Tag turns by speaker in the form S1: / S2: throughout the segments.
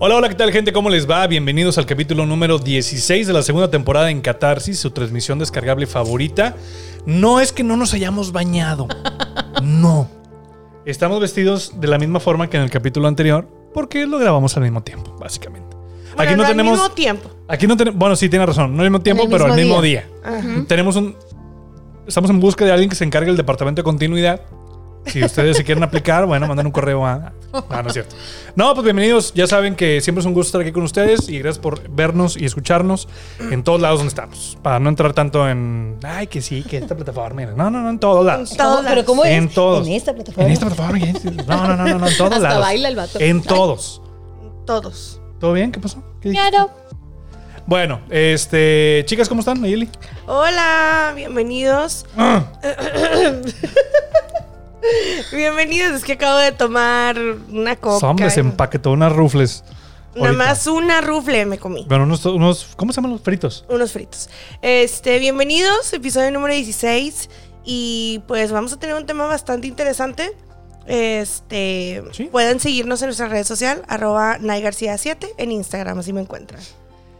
S1: Hola, hola, ¿qué tal gente? ¿Cómo les va? Bienvenidos al capítulo número 16 de la segunda temporada en Catarsis, su transmisión descargable favorita. No es que no nos hayamos bañado, no. Estamos vestidos de la misma forma que en el capítulo anterior porque lo grabamos al mismo tiempo, básicamente.
S2: Bueno, no al mismo tiempo.
S1: Aquí no tenemos, bueno, sí, tiene razón, no al mismo tiempo,
S2: el
S1: pero al
S2: mismo
S1: mismo día. Tenemos un, estamos en busca de alguien que se encargue del departamento de continuidad. Si ustedes se quieren aplicar, bueno, mandan un correo a... Ah, no es cierto. No, pues bienvenidos. Ya saben que siempre es un gusto estar aquí con ustedes y gracias por vernos y escucharnos en todos lados donde estamos. Para no entrar tanto en... Ay, que sí, que esta plataforma... mira". No, no, no, en todos lados.
S2: todos
S3: ¿Cómo?
S2: lados.
S3: ¿Pero cómo es?
S1: En todos.
S3: En esta plataforma.
S1: En esta plataforma. ¿qué dices? No, no, no, no, no, en todos
S3: Hasta
S1: lados.
S3: baila el vato.
S1: En
S3: Ay.
S1: todos.
S2: Todos.
S1: ¿Todo bien? ¿Qué pasó? ¿Qué dijiste? Bueno, este... Chicas, ¿cómo están? Nayeli.
S2: Hola, bienvenidos.
S1: Ah.
S2: Bienvenidos, es que acabo de tomar una coca.
S1: Hombre, se empaquetó unas rufles.
S2: Nada
S1: ahorita.
S2: más una rufle me comí.
S1: Bueno, unos, unos- ¿Cómo se llaman los fritos?
S2: Unos fritos. Este, bienvenidos, episodio número 16. Y pues vamos a tener un tema bastante interesante. Este,
S1: Sí.
S2: pueden seguirnos en nuestra red social, arroba naygarcía7 en Instagram, así me encuentran.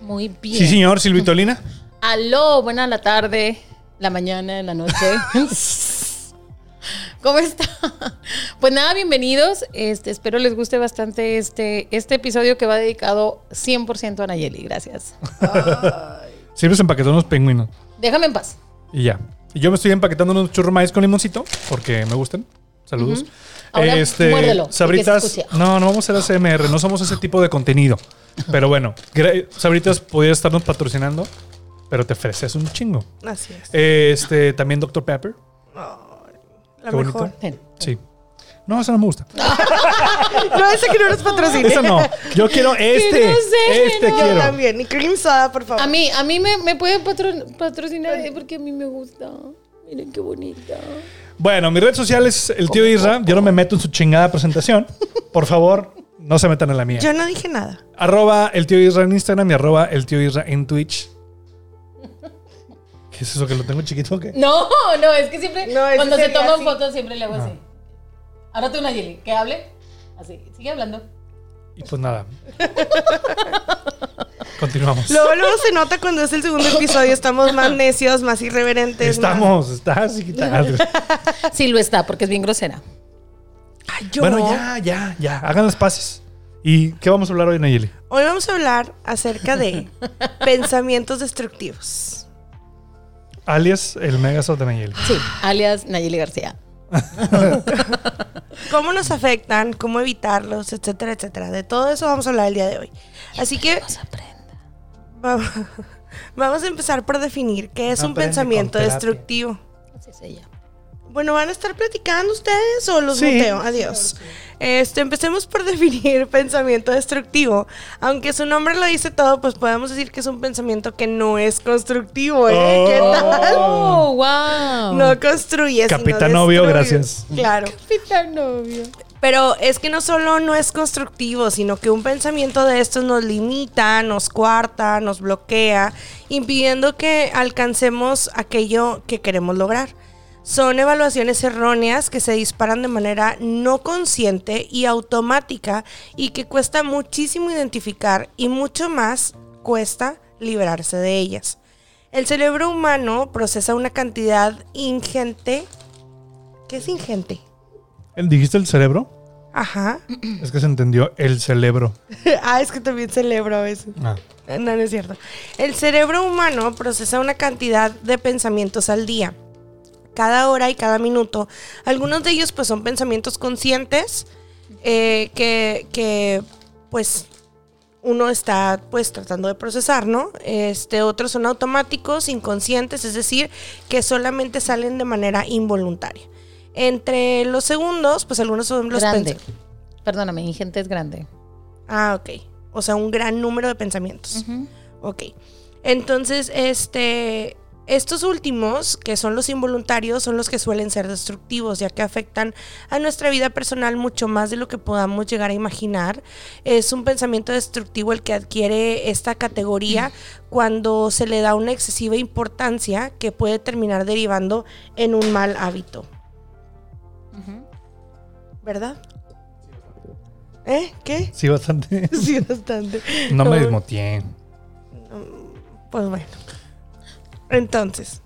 S3: Muy bien.
S1: Sí, señor, Silvitolina.
S3: Aló, buena la tarde, la mañana, la noche. ¿Cómo está? Pues nada, bienvenidos. Este, espero les guste bastante este, este episodio que va dedicado 100% a Nayeli. Gracias.
S1: Siempre se empaquetó unos pingüinos.
S3: Déjame en paz.
S1: Y ya. Y yo me estoy empaquetando unos churros maíz con limoncito porque me gustan. Saludos. Este,
S3: Ahora, muérdelo y que se
S1: Sabritas.
S3: escuche.
S1: No, no vamos a hacer ASMR. No somos ese tipo de contenido. Pero bueno, gra- Sabritas podría estarnos patrocinando, pero te ofreces un chingo.
S2: Así es.
S1: Este, también Dr. Pepper.
S2: La
S1: qué
S2: mejor.
S1: bonito.
S3: Ven.
S1: Sí. No, esa no me gusta.
S2: No, ese que no nos patrocina.
S1: Esa no. Yo quiero este.
S3: grosero.
S1: Este
S3: Yo
S2: Yo
S1: quiero.
S2: también. Y cream soda, por favor.
S3: A mí, a mí me, me pueden patro- patrocinar eh, porque a mí me gusta. Miren qué bonita.
S1: Bueno, mi red social es el tío Isra. Yo no me meto en su chingada presentación. Por favor, no se metan en la mía.
S2: Yo no dije nada.
S1: Arroba el tío Isra en Instagram y arroba el tío Isra en Twitch. ¿Qué es eso que lo tengo chiquito? o qué?
S3: No, no, es que siempre
S2: No, ese
S3: cuando se
S2: sería
S3: toman
S2: así.
S3: fotos siempre le hago así. Ahora tú, Nayeli, que hable. Así, sigue hablando.
S1: Y pues nada. Continuamos.
S2: Luego, luego se nota cuando es el segundo episodio. Estamos más necios, más irreverentes.
S1: Estamos, estás chiquita.
S3: Sí, lo está, porque es bien grosera.
S2: más- Ay, yo.
S1: Bueno, ya, ya, ya. Hagan las paces. ¿Y qué vamos a hablar hoy, Nayeli?
S2: Hoy vamos a hablar acerca de pensamientos destructivos.
S1: Alias, el megasot de Nayeli.
S3: Sí, alias Nayeli García.
S2: Cómo nos afectan, cómo evitarlos, etcétera, etcétera. De todo eso vamos a hablar el día de hoy. Así que
S3: Nos aprenda.
S2: va- vamos a empezar por definir qué es
S1: No
S2: un
S1: aprende
S2: pensamiento
S1: con terapia.
S2: destructivo.
S3: Así es ella.
S2: Bueno, ¿van a estar platicando ustedes o los
S1: Sí.
S2: muteo? Adiós. Este, empecemos por definir pensamiento destructivo. Aunque su nombre lo dice todo, pues podemos decir que es un pensamiento que no es constructivo, ¿eh? ¿Qué
S1: Oh.
S2: tal?
S3: Oh, wow.
S2: No construye, sino
S1: Capitán Obvio,
S2: destruye.
S1: gracias.
S2: Claro.
S3: Capitán novio.
S2: Pero es que no solo no es constructivo, sino que un pensamiento de estos nos limita, nos cuarta, nos bloquea, impidiendo que alcancemos aquello que queremos lograr. Son evaluaciones erróneas que se disparan de manera no consciente y automática y que cuesta muchísimo identificar y mucho más cuesta liberarse de ellas. El cerebro humano procesa una cantidad ingente. ¿Qué es ingente?
S1: ¿Dijiste el cerebro?
S2: Ajá.
S1: Es que se entendió el cerebro.
S2: ah, es que también celebro a veces.
S1: Ah.
S2: No, no es cierto. El cerebro humano procesa una cantidad de pensamientos al día, cada hora y cada minuto. Algunos de ellos pues son pensamientos conscientes eh, que, que pues uno está pues tratando de procesar, ¿no? Este, otros son automáticos, inconscientes, es decir, que solamente salen de manera involuntaria. Entre los segundos, pues algunos son los
S3: grande.
S2: pens-
S3: Perdóname, ingente es grande.
S2: Ah, ok. O sea, un gran número de pensamientos. Ok. Entonces, este, estos últimos, que son los involuntarios, son los que suelen ser destructivos, ya que afectan a nuestra vida personal mucho más de lo que podamos llegar a imaginar. Es un pensamiento destructivo el que adquiere esta categoría cuando se le da una excesiva importancia que puede terminar derivando en un mal hábito. ¿Verdad? ¿Eh? ¿Qué?
S1: Sí, bastante.
S2: Sí, bastante.
S1: No me
S2: Como-
S1: desmotié.
S2: Pues bueno. Entonces,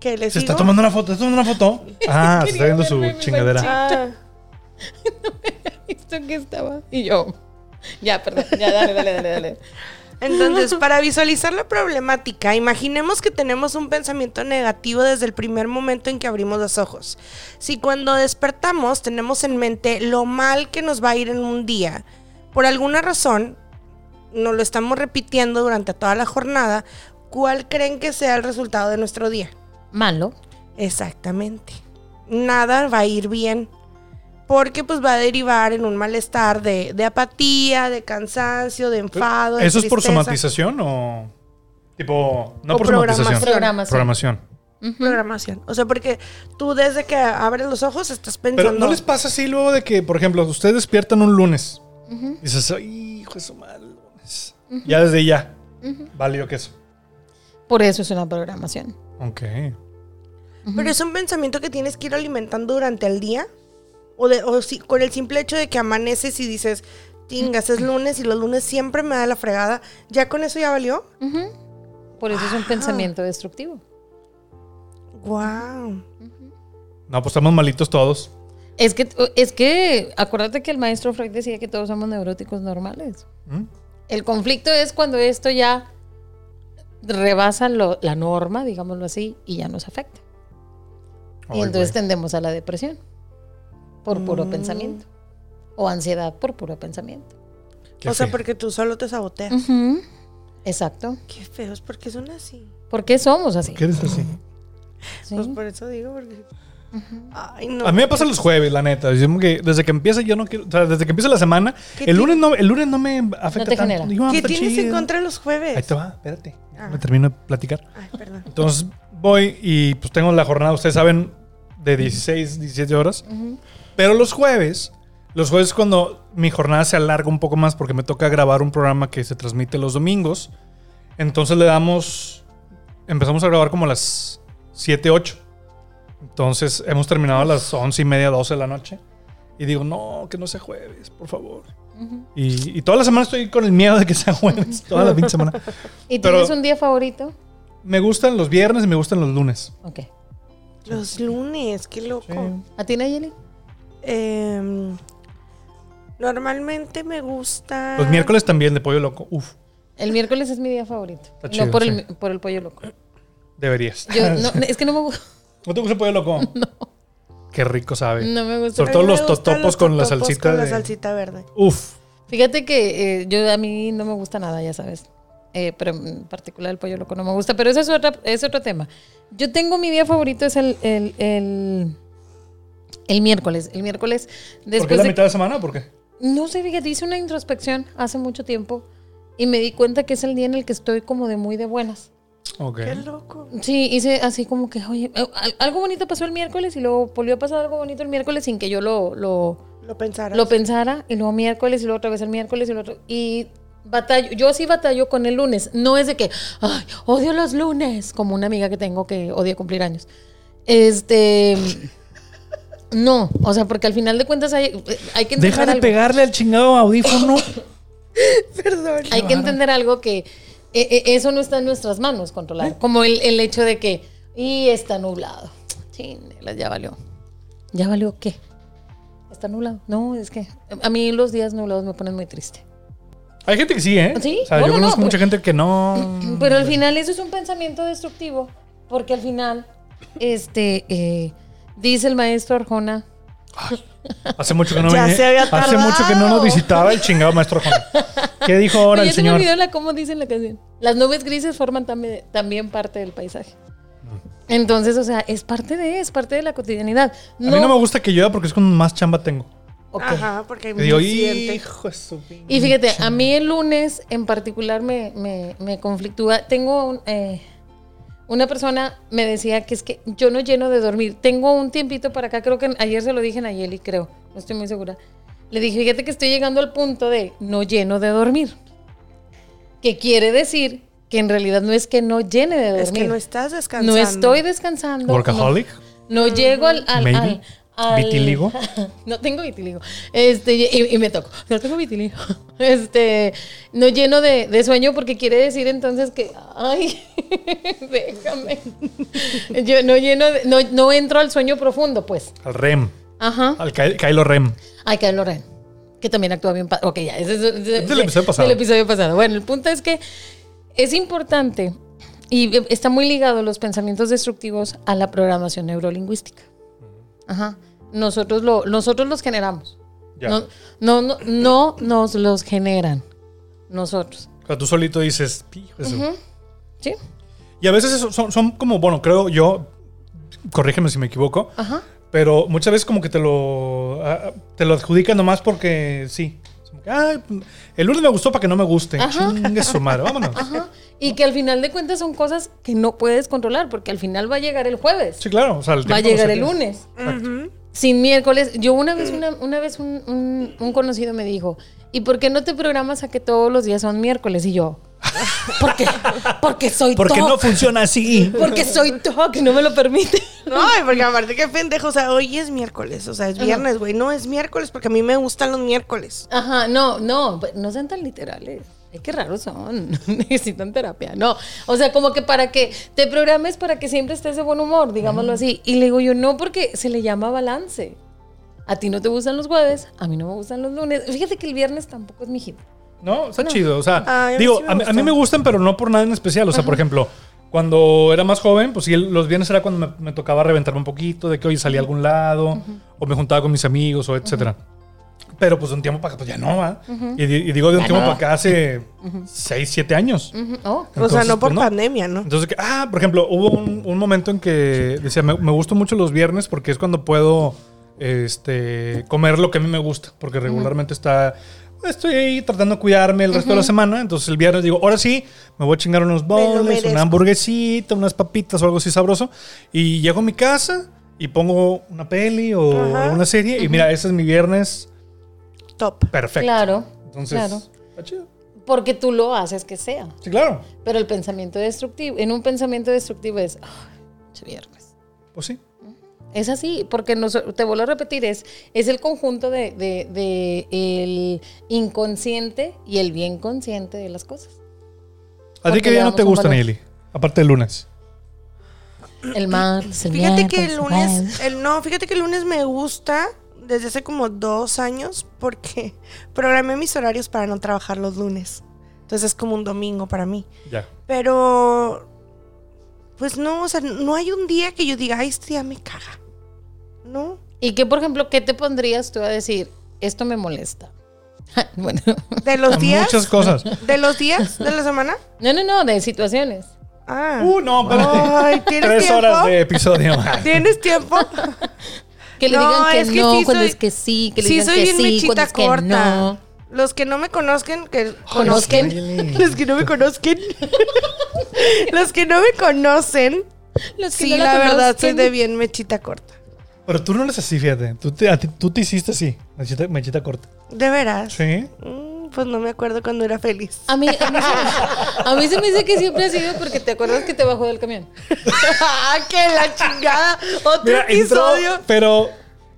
S2: ¿qué les
S1: Se
S2: digo?
S1: está tomando una foto. ¿Está tomando una foto? Ah, se está
S3: Quería
S1: viendo su
S3: verme, me
S1: chingadera.
S2: Ah,
S3: Esto que estaba. Y yo. Ya, perdón. Ya, dale, dale, dale, dale.
S2: entonces, para visualizar la problemática, imaginemos que tenemos un pensamiento negativo desde el primer momento en que abrimos los ojos. Si cuando despertamos tenemos en mente lo mal que nos va a ir en un día, por alguna razón, no lo estamos repitiendo durante toda la jornada, ¿cuál creen que sea el resultado de nuestro día?
S3: Malo.
S2: Exactamente. Nada va a ir bien. Porque pues va a derivar en un malestar de, de apatía, de cansancio, de enfado. de
S1: ¿Eso es por
S2: tristeza.
S1: somatización o.? Tipo. No
S2: O
S1: por somatización.
S3: Programación.
S1: Programación.
S2: Programación. O sea, porque tú desde que abres los ojos estás pensando...
S1: Pero ¿no les pasa así luego de que, por ejemplo, ustedes despiertan un lunes? Y dices, "Ay, hijo de su madre, el lunes. Ya desde ahí ya. Válido que eso.
S3: Por eso es una programación.
S1: Ok.
S2: Pero es un pensamiento que tienes que ir alimentando durante el día. O, de- o si- con el simple hecho de que amaneces y dices, tingas, es lunes y los lunes siempre me da la fregada. ¿Ya con eso ya valió?
S3: Por eso es un pensamiento destructivo.
S2: ¡Guau!
S1: No, pues estamos malitos todos.
S3: Es que, es que, acuérdate que el maestro Freud decía que todos somos neuróticos normales.
S1: ¿Mm?
S3: El conflicto es cuando esto ya rebasa lo- la norma, digámoslo así, y ya nos afecta.
S1: Ay,
S3: y entonces
S1: güey. Mm.
S3: tendemos a la depresión por puro pensamiento. O ansiedad por puro pensamiento.
S1: Qué
S2: o sea,
S1: feo.
S2: porque tú solo te saboteas.
S3: Exacto.
S2: Qué feos, porque son así.
S3: ¿Por qué somos así?
S1: ¿Qué eres así?
S3: Sí.
S2: Pues por eso digo, porque. Ay, no.
S1: A mí me pasa los jueves, la neta. Yo como que desde que empieza yo no quiero, o sea, desde que empieza la semana,
S2: ¿Qué
S1: el lunes no, el lunes no me afecta
S3: No te
S1: tanto.
S3: genera.
S1: Digo, ah,
S2: ¿Qué
S1: está
S2: tienes en
S1: chido.
S2: contra de los
S1: Ahí
S2: jueves?
S1: te va, espérate.
S2: Ah.
S1: Me termino de platicar.
S2: Ay, perdón.
S1: Entonces voy y pues tengo la jornada, ustedes saben, de 16, 17 horas. Pero los jueves, los jueves es cuando mi jornada se alarga un poco más porque me toca grabar un programa que se transmite los domingos. Entonces le damos, empezamos a grabar como a las 7, 8. Entonces hemos terminado a las 11 y media, 12 de la noche. Y digo, no, que no sea jueves, por favor. y, y toda la semana estoy con el miedo de que sea jueves, toda la fin de semana.
S3: ¿Y
S1: Pero-
S3: tienes un día favorito?
S1: Me gustan los viernes y me gustan los lunes.
S3: Ok.
S2: Los lunes, qué loco.
S3: ¿A ti, Nayeli?
S2: Em, normalmente me gusta.
S1: Los miércoles también de pollo loco. Uf,
S3: El miércoles es mi día favorito.
S1: Está
S3: no
S1: chido,
S3: por,
S1: sí.
S3: el, por el pollo loco.
S1: deberías.
S3: Yo, no, es que no me, gu-
S1: ¿No te gusta el pollo loco? No. Qué rico sabe.
S3: no me gusta.
S2: A
S1: Sobre
S2: mí
S1: todo
S2: me
S1: los
S2: gustan
S1: totopos
S2: los
S1: con la
S2: totopos
S1: salsita
S2: Con la
S1: de-
S2: salsita verde.
S1: Uf.
S3: Fíjate que eh, yo a mí no me gusta nada, ya sabes. Eh, pero en particular el pollo loco no me gusta. Pero eso es, otra, es otro tema. Yo tengo mi día favorito, es el, el, el, el miércoles. El miércoles
S1: ¿Por qué
S3: después
S1: la
S3: de-
S1: mitad de semana? ¿Por qué?
S3: No sé, fíjate, hice una introspección hace mucho tiempo y me di cuenta que es el día en el que estoy como de muy de buenas.
S1: Ok.
S2: Qué loco.
S3: Sí, hice así como que, oye, eh, al- algo bonito pasó el miércoles y luego volvió a pasar algo bonito el miércoles sin que yo lo, lo,
S2: Lo pensaron.
S3: lo pensara y luego miércoles y luego otra vez el miércoles y luego otro- y batallo, yo sí batallo con el lunes, no es de que ay, odio los lunes, como una amiga que tengo que odia cumplir años. Este no, o sea, porque al final de cuentas hay, hay que entender
S1: Deja de
S3: algo.
S1: pegarle al chingado audífono.
S2: Perdón.
S3: Hay que entender algo que eh, eh, eso no está en nuestras manos controlar, como el, el hecho de que y está nublado. Chinelas, ya valió. ¿Ya valió qué? Está nublado. No, es que a mí los días nublados me ponen muy triste.
S1: Hay gente que sí, ¿eh?
S3: ¿Ah, Sí.
S1: O sea,
S3: No,
S1: yo
S3: no,
S1: conozco
S3: no,
S1: mucha gente que no.
S3: Mm, Pero al final eso es un pensamiento destructivo, porque al final, este, eh, dice el maestro Arjona,
S1: Hace mucho que no
S2: Ya
S1: venía-
S2: se había
S1: Hace mucho que no
S2: tardado.
S1: nos visitaba el chingado maestro Juan. ¿Qué dijo ahora
S3: Pero
S1: el
S3: ya se me
S1: señor?
S3: olvidó la, cómo dice en la canción. Las nubes grises forman tambe- también parte del paisaje. Entonces, o sea, es parte de, es parte de la cotidianidad.
S1: A mí no me gusta que llueva porque es cuando más chamba tengo.
S3: Ok.
S2: Ajá, porque hay
S1: Y digo,
S2: mucho accidente.
S1: hijo de su pin-".
S3: Y fíjate, a mí el lunes en particular me, me, me conflictúa. Tengo un, eh, una persona me decía que es que yo no lleno de dormir. Tengo un tiempito para acá, creo que ayer se lo dije en Ayeli, creo, no estoy muy segura. Le dije, fíjate que estoy llegando al punto de no lleno de dormir. Que quiere decir que en realidad no es que no llene de dormir.
S2: Es que no estás descansando.
S3: No estoy descansando.
S1: Workaholic.
S3: No, no llego al. al,
S1: Maybe.
S3: al- al-
S1: Vitiligo.
S3: no tengo vitiligo. Este, y, y me toco. No tengo vitiligo. Este, no lleno de, de sueño porque quiere decir entonces que. Ay, déjame. Yo no lleno de- no, no entro al sueño profundo, pues.
S1: Al Rem.
S3: Ajá.
S1: Al Ky- Kylo Rem.
S3: Ay, Kyle Loren. Que también actúa bien. pa- Ok, ya. Ese es, ese-
S1: Es del episodio pasado.
S3: del episodio pasado. Bueno, el punto es que es importante y eh, está muy ligado los pensamientos destructivos a la programación neurolingüística. Ajá. Nosotros, lo, nosotros los generamos.
S1: Ya.
S3: No, no, no, no nos los generan nosotros.
S1: O sea, tú solito dices, "Hijo de su-".
S3: ¿Sí?
S1: Y a veces eso- son, son como, bueno, creo yo, corrígeme si me equivoco,
S3: Ajá.
S1: pero muchas veces como que te lo, ah, te lo adjudican nomás porque sí. Como que, "Ay, pues, el lunes me gustó para que no me guste.
S3: Ajá.
S1: Chingue su madre, vámonos.
S3: Ajá. Y que al final de cuentas son cosas que no puedes controlar porque al final va a llegar el jueves.
S1: Sí, claro. o sea, el
S3: va
S1: tiempo
S3: a
S1: no
S3: llegar
S1: se
S3: el
S1: tiene.
S3: lunes. Sin miércoles. Yo una vez, una, una vez un, un- un conocido me dijo, ¿y por qué no te programas a que todos los días son miércoles? Y yo, ¿por qué? Porque soy
S1: Porque no
S3: TOC.
S1: funciona así.
S3: Porque soy TOC, no me lo permite.
S2: No, y porque aparte qué pendejo, o sea, hoy es miércoles, o sea, es viernes, güey, no es miércoles porque a mí me gustan los miércoles.
S3: Ajá, no, no, pues, no sean tan literales. Ay, qué raros son. Necesitan terapia. No, o sea, como que para que te programes para que siempre estés de buen humor, digámoslo así. Y le digo yo, no, porque se le llama balance. A ti no te gustan los jueves, a mí no me gustan los lunes. Fíjate que el viernes tampoco es mi hit.
S1: No, está chido. O sea,
S2: Ay, Ah, a mí
S1: digo,
S2: sí me
S1: a, mí, a mí
S2: gusta.
S1: me gustan, pero no por nada en especial. O sea, por ejemplo, cuando era más joven, pues sí, el- los viernes era cuando me, me tocaba reventarme un poquito, de que hoy salía a algún lado, o me juntaba con mis amigos, o etcétera. Pero pues de un tiempo para acá, pues ya no va. y, di- y digo de un tiempo para acá hace 6, 7 años.
S3: Ujú, Oh,
S2: o sea,
S1: Entonces,
S2: no por
S1: pues,
S2: pandemia, ¿no?
S1: Entonces, que- ah, por ejemplo, hubo un, un momento en que decía, me, me gustan mucho los viernes porque es cuando puedo este, comer lo que a mí me gusta, porque regularmente está, estoy ahí tratando de cuidarme el resto de la semana, entonces el viernes digo, ahora sí, me voy a chingar unos
S2: lo
S1: bowls,
S2: merezco.
S1: una hamburguesita, unas papitas o algo así sabroso, y llego a mi casa y pongo una peli o
S2: Ajá.
S1: alguna serie, y mira, ese es mi viernes
S2: Top.
S1: perfecto.
S3: claro.
S1: Entonces,
S3: claro.
S1: está chido.
S3: Porque tú lo haces que sea.
S1: Sí, claro,
S3: Pero el pensamiento destructivo, en un pensamiento destructivo es, "Ay, es viernes.
S1: pues sí.
S3: Es así, porque nos- te vuelvo a repetir, es, es el conjunto de, de- de el inconsciente y el bien consciente de las cosas.
S1: ¿A ti
S3: Porque
S1: qué
S3: le
S1: día no
S3: damos
S1: te
S3: un
S1: gusta,
S3: valor.
S1: Nelly? Aparte del lunes.
S3: El martes, el
S2: Fíjate que el
S3: miércoles,
S2: lunes, eh, el, no, fíjate que el lunes me gusta desde hace como dos años porque programé mis horarios para no trabajar los lunes. Entonces es como un domingo para mí.
S1: Ya.
S2: Pero, pues no, o sea, no hay un día que yo diga, ay, este día me caga. No.
S3: Y que, por ejemplo, ¿qué te pondrías tú a decir? Esto me molesta. bueno,
S2: De los días,
S1: Muchas cosas.
S2: de los días de la semana.
S3: no, no, no, de situaciones.
S2: Ah.
S1: Uh, no, espérate.
S2: Ay, ¿tienes
S1: Tres
S2: tiempo?
S1: horas de episodio.
S2: ¿Tienes tiempo?
S3: Que le
S2: No,
S3: digan que
S2: es que
S3: no,
S2: sí
S3: cuando
S2: soy-
S3: es que sí, que le
S2: sí,
S3: digan
S2: soy
S3: que
S2: bien
S3: sí, cuando
S2: mechita
S3: es que
S2: corta.
S3: no.
S2: Los que no me conozcan, que
S3: Conozcan.
S2: Los que no me conozcan. los que no me conocen.
S3: Los que
S2: sí,
S3: no
S2: la verdad, soy
S3: conozcan.
S2: de bien mechita corta.
S1: Pero tú no eres así, fíjate. Tú te, a ti- tú te hiciste así. Mechita, mechita corta.
S2: ¿De veras?
S1: Sí.
S2: Mm, pues no me acuerdo cuando era feliz.
S3: A mí, a, mí se, me- a mí se me dice que siempre ha sido porque te acuerdas que te bajó del camión.
S2: ¡Ah, que la chingada! Otro
S1: Mira, entró,
S2: episodio.
S1: pero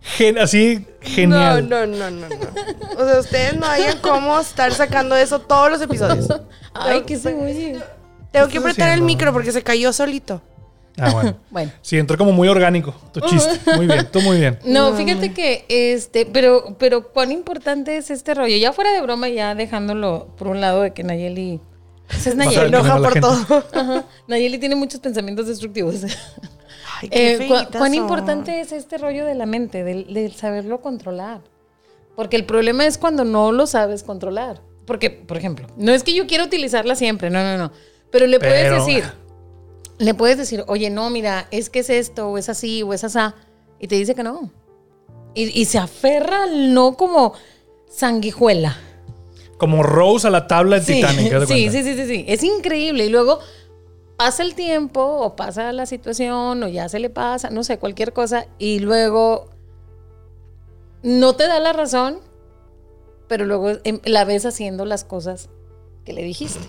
S1: gen- así genial.
S2: No, no, no, no, no. O sea, ustedes no hayan cómo estar sacando eso todos los episodios.
S3: Ay, qué se oye.
S2: Tengo
S1: estás
S2: que apretar el
S1: haciendo?
S2: micro porque se cayó solito.
S1: Ah, bueno.
S3: Bueno.
S1: Sí, entró como muy orgánico tu chiste. Muy bien, tú muy bien.
S3: No, fíjate que este, pero, pero cuán importante es este rollo. Ya fuera de broma, ya dejándolo por un lado de que Nayeli. Esa es
S1: Vas a
S2: Se
S1: ver que
S3: Nayeli.
S1: no
S2: enoja
S1: la
S2: por
S1: gente.
S2: todo.
S3: Ajá. Nayeli tiene muchos pensamientos destructivos.
S2: Ay, qué
S3: Eh, cua-
S2: feitas
S3: ¿Cuán
S2: son.
S3: importante es este rollo de la mente, del, del saberlo controlar? Porque el problema es cuando no lo sabes controlar. Porque, por ejemplo, no es que yo quiera utilizarla siempre, no, no, no. Pero le puedes
S1: Pero-
S3: decir, le puedes decir, oye, no, mira, es que es esto, o es así, o es asá. Y te dice que no. Y, y se aferra al no como sanguijuela.
S1: Como Rose a la tabla del
S3: Sí,
S1: Titanic. haz de
S3: sí,
S1: cuenta.
S3: sí, sí, sí, sí. Es increíble. Y luego pasa el tiempo o pasa la situación o ya se le pasa, no sé, cualquier cosa. Y luego no te da la razón, pero luego em, la ves haciendo las cosas que le dijiste.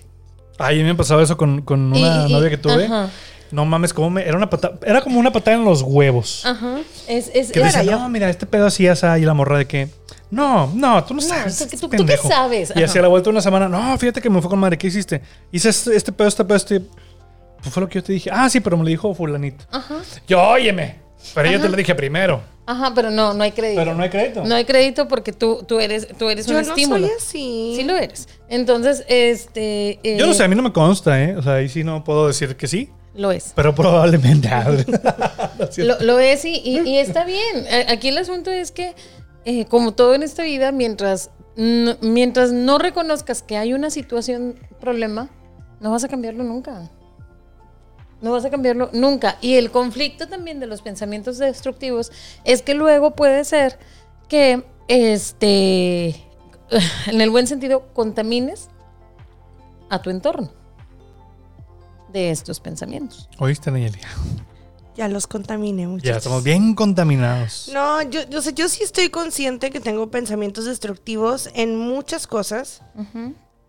S1: Ay, a mí me pasaba eso con, con una
S3: Y- y-
S1: novia que tuve.
S3: ajá.
S1: No mames, cómo me. Era una patada. Era como una patada en los huevos.
S3: Ajá. Es, es,
S1: que
S3: es-
S1: decía, no, mira, este pedo así asa y la morra de que. No, no, tú no sabes.
S3: tú- tú-
S1: este
S3: tú qué
S1: pendejo".
S3: sabes,
S1: Y
S3: ajá.
S1: hacia la vuelta de una semana, no, fíjate que me fue con madre, ¿qué hiciste? Hice este, este pedo, este pedo, este. Pues fue lo que yo te dije. Ah, sí, pero me lo dijo Fulanito.
S3: ajá,
S1: Yo, óyeme. Pero yo te lo dije primero.
S3: ajá, pero no, no hay crédito.
S1: Pero no hay crédito.
S3: No hay crédito porque tú, tú eres, tú eres
S2: Yo
S3: un
S2: no
S3: estímulo.
S2: soy así.
S3: Sí lo eres. Entonces, este... eh,
S1: Yo no sé, a mí no me consta, ¿eh? O sea, ahí sí no puedo decir que sí,
S3: Lo es.
S1: pero probablemente. Lo siento.
S3: Lo, lo es y, y- y está bien. A- Aquí el asunto es que, eh, como todo en esta vida, mientras no, mientras no reconozcas que hay una situación, problema, no vas a cambiarlo nunca. No vas a cambiarlo nunca. Y el conflicto también de los pensamientos destructivos es que luego puede ser que, este, en el buen sentido, contamines a tu entorno de estos pensamientos.
S1: ¿Oíste, Nayeli?
S2: Ya los contaminé mucho.
S1: Ya estamos bien contaminados.
S2: No, yo, yo, sé, yo sí estoy consciente que tengo pensamientos destructivos en muchas cosas,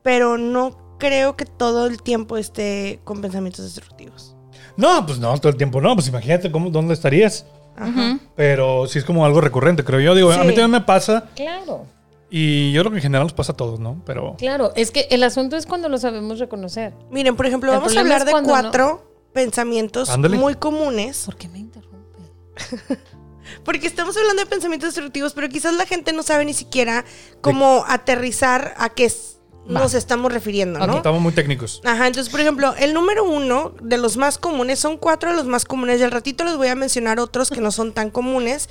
S2: pero no creo que todo el tiempo esté con pensamientos destructivos.
S1: No, pues no, todo el tiempo no. Pues imagínate cómo, dónde estarías.
S2: Ajá.
S1: Pero sí es como algo recurrente, creo yo. Digo, a mí
S2: Sí.
S1: también me pasa.
S3: Claro.
S1: Y yo creo que en general nos pasa a todos, ¿no? Pero.
S3: Claro, es que el asunto es cuando lo sabemos reconocer.
S2: Miren, por ejemplo,
S3: El
S2: vamos a
S3: problema
S2: hablar
S3: es
S2: de
S3: cuando
S2: cuatro pensamientos
S1: Ándale.
S2: muy comunes,
S3: ¿Por qué me interrumpe?
S2: porque estamos hablando de pensamientos destructivos, pero quizás la gente no sabe ni siquiera cómo aterrizar a qué s-
S3: Va.
S2: nos estamos refiriendo, ¿no?
S1: Estamos muy técnicos.
S2: Ajá, entonces, por ejemplo, el número uno de los más comunes, son cuatro de los más comunes, y al ratito les voy a mencionar otros que no son tan comunes.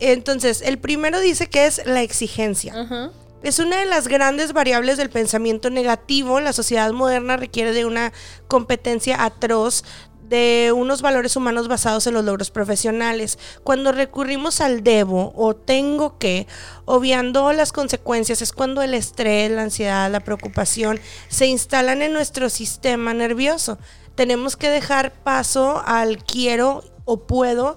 S2: Entonces, el primero dice que es la exigencia.
S3: Ajá.
S2: Es una de las grandes variables del pensamiento negativo. La sociedad moderna requiere de una competencia atroz de unos valores humanos basados en los logros profesionales. Cuando recurrimos al debo o tengo que, obviando las consecuencias, es cuando el estrés, la ansiedad, la preocupación se instalan en nuestro sistema nervioso. Tenemos que dejar paso al quiero o puedo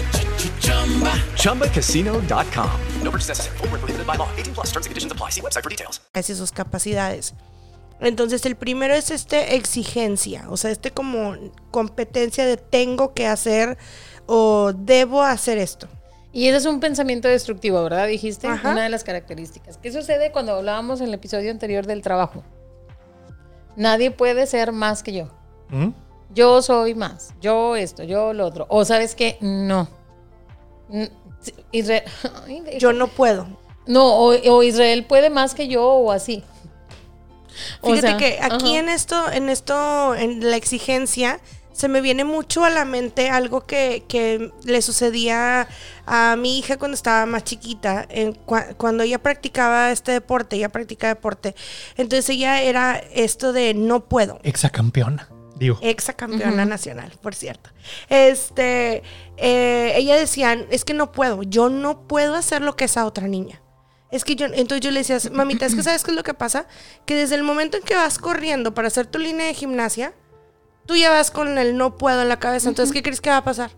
S4: ChumbaCasino.com. No purchase necessary. Void where prohibited by law. 18 plus terms and conditions apply. See website for details.
S2: y sus capacidades. Entonces el primero es este exigencia, o sea, este como competencia de tengo que hacer o debo hacer esto.
S3: Y ese es un pensamiento destructivo, ¿verdad? Dijiste
S2: Ajá.
S3: una de las características. ¿Qué sucede cuando hablábamos en el episodio anterior del trabajo? Nadie puede ser más que yo.
S1: ¿Mm?
S3: Yo soy más. Yo esto, yo lo otro. O sabes qué, no. Mm, sí, Israel, Ay, de-
S2: Yo no puedo.
S3: no, o, o Israel puede más que yo o así. O
S2: Fíjate
S3: sea,
S2: que aquí
S3: ajá.
S2: en esto, en esto, en la exigencia, se me viene mucho a la mente algo que, que le sucedía a mi hija cuando estaba más chiquita, en cua- cuando ella practicaba este deporte, ella practica deporte. Entonces ella era esto de no puedo.
S1: Exacampeona. Digo.
S2: ex campeona nacional, por cierto. Este, eh, ella decía, es que no puedo, yo no puedo hacer lo que esa otra niña. Es que yo, entonces yo le decía, mamita, es que sabes qué es lo que pasa, que desde el momento en que vas corriendo para hacer tu línea de gimnasia, tú ya vas con el no puedo en la cabeza. Entonces, ¿qué crees que va a pasar?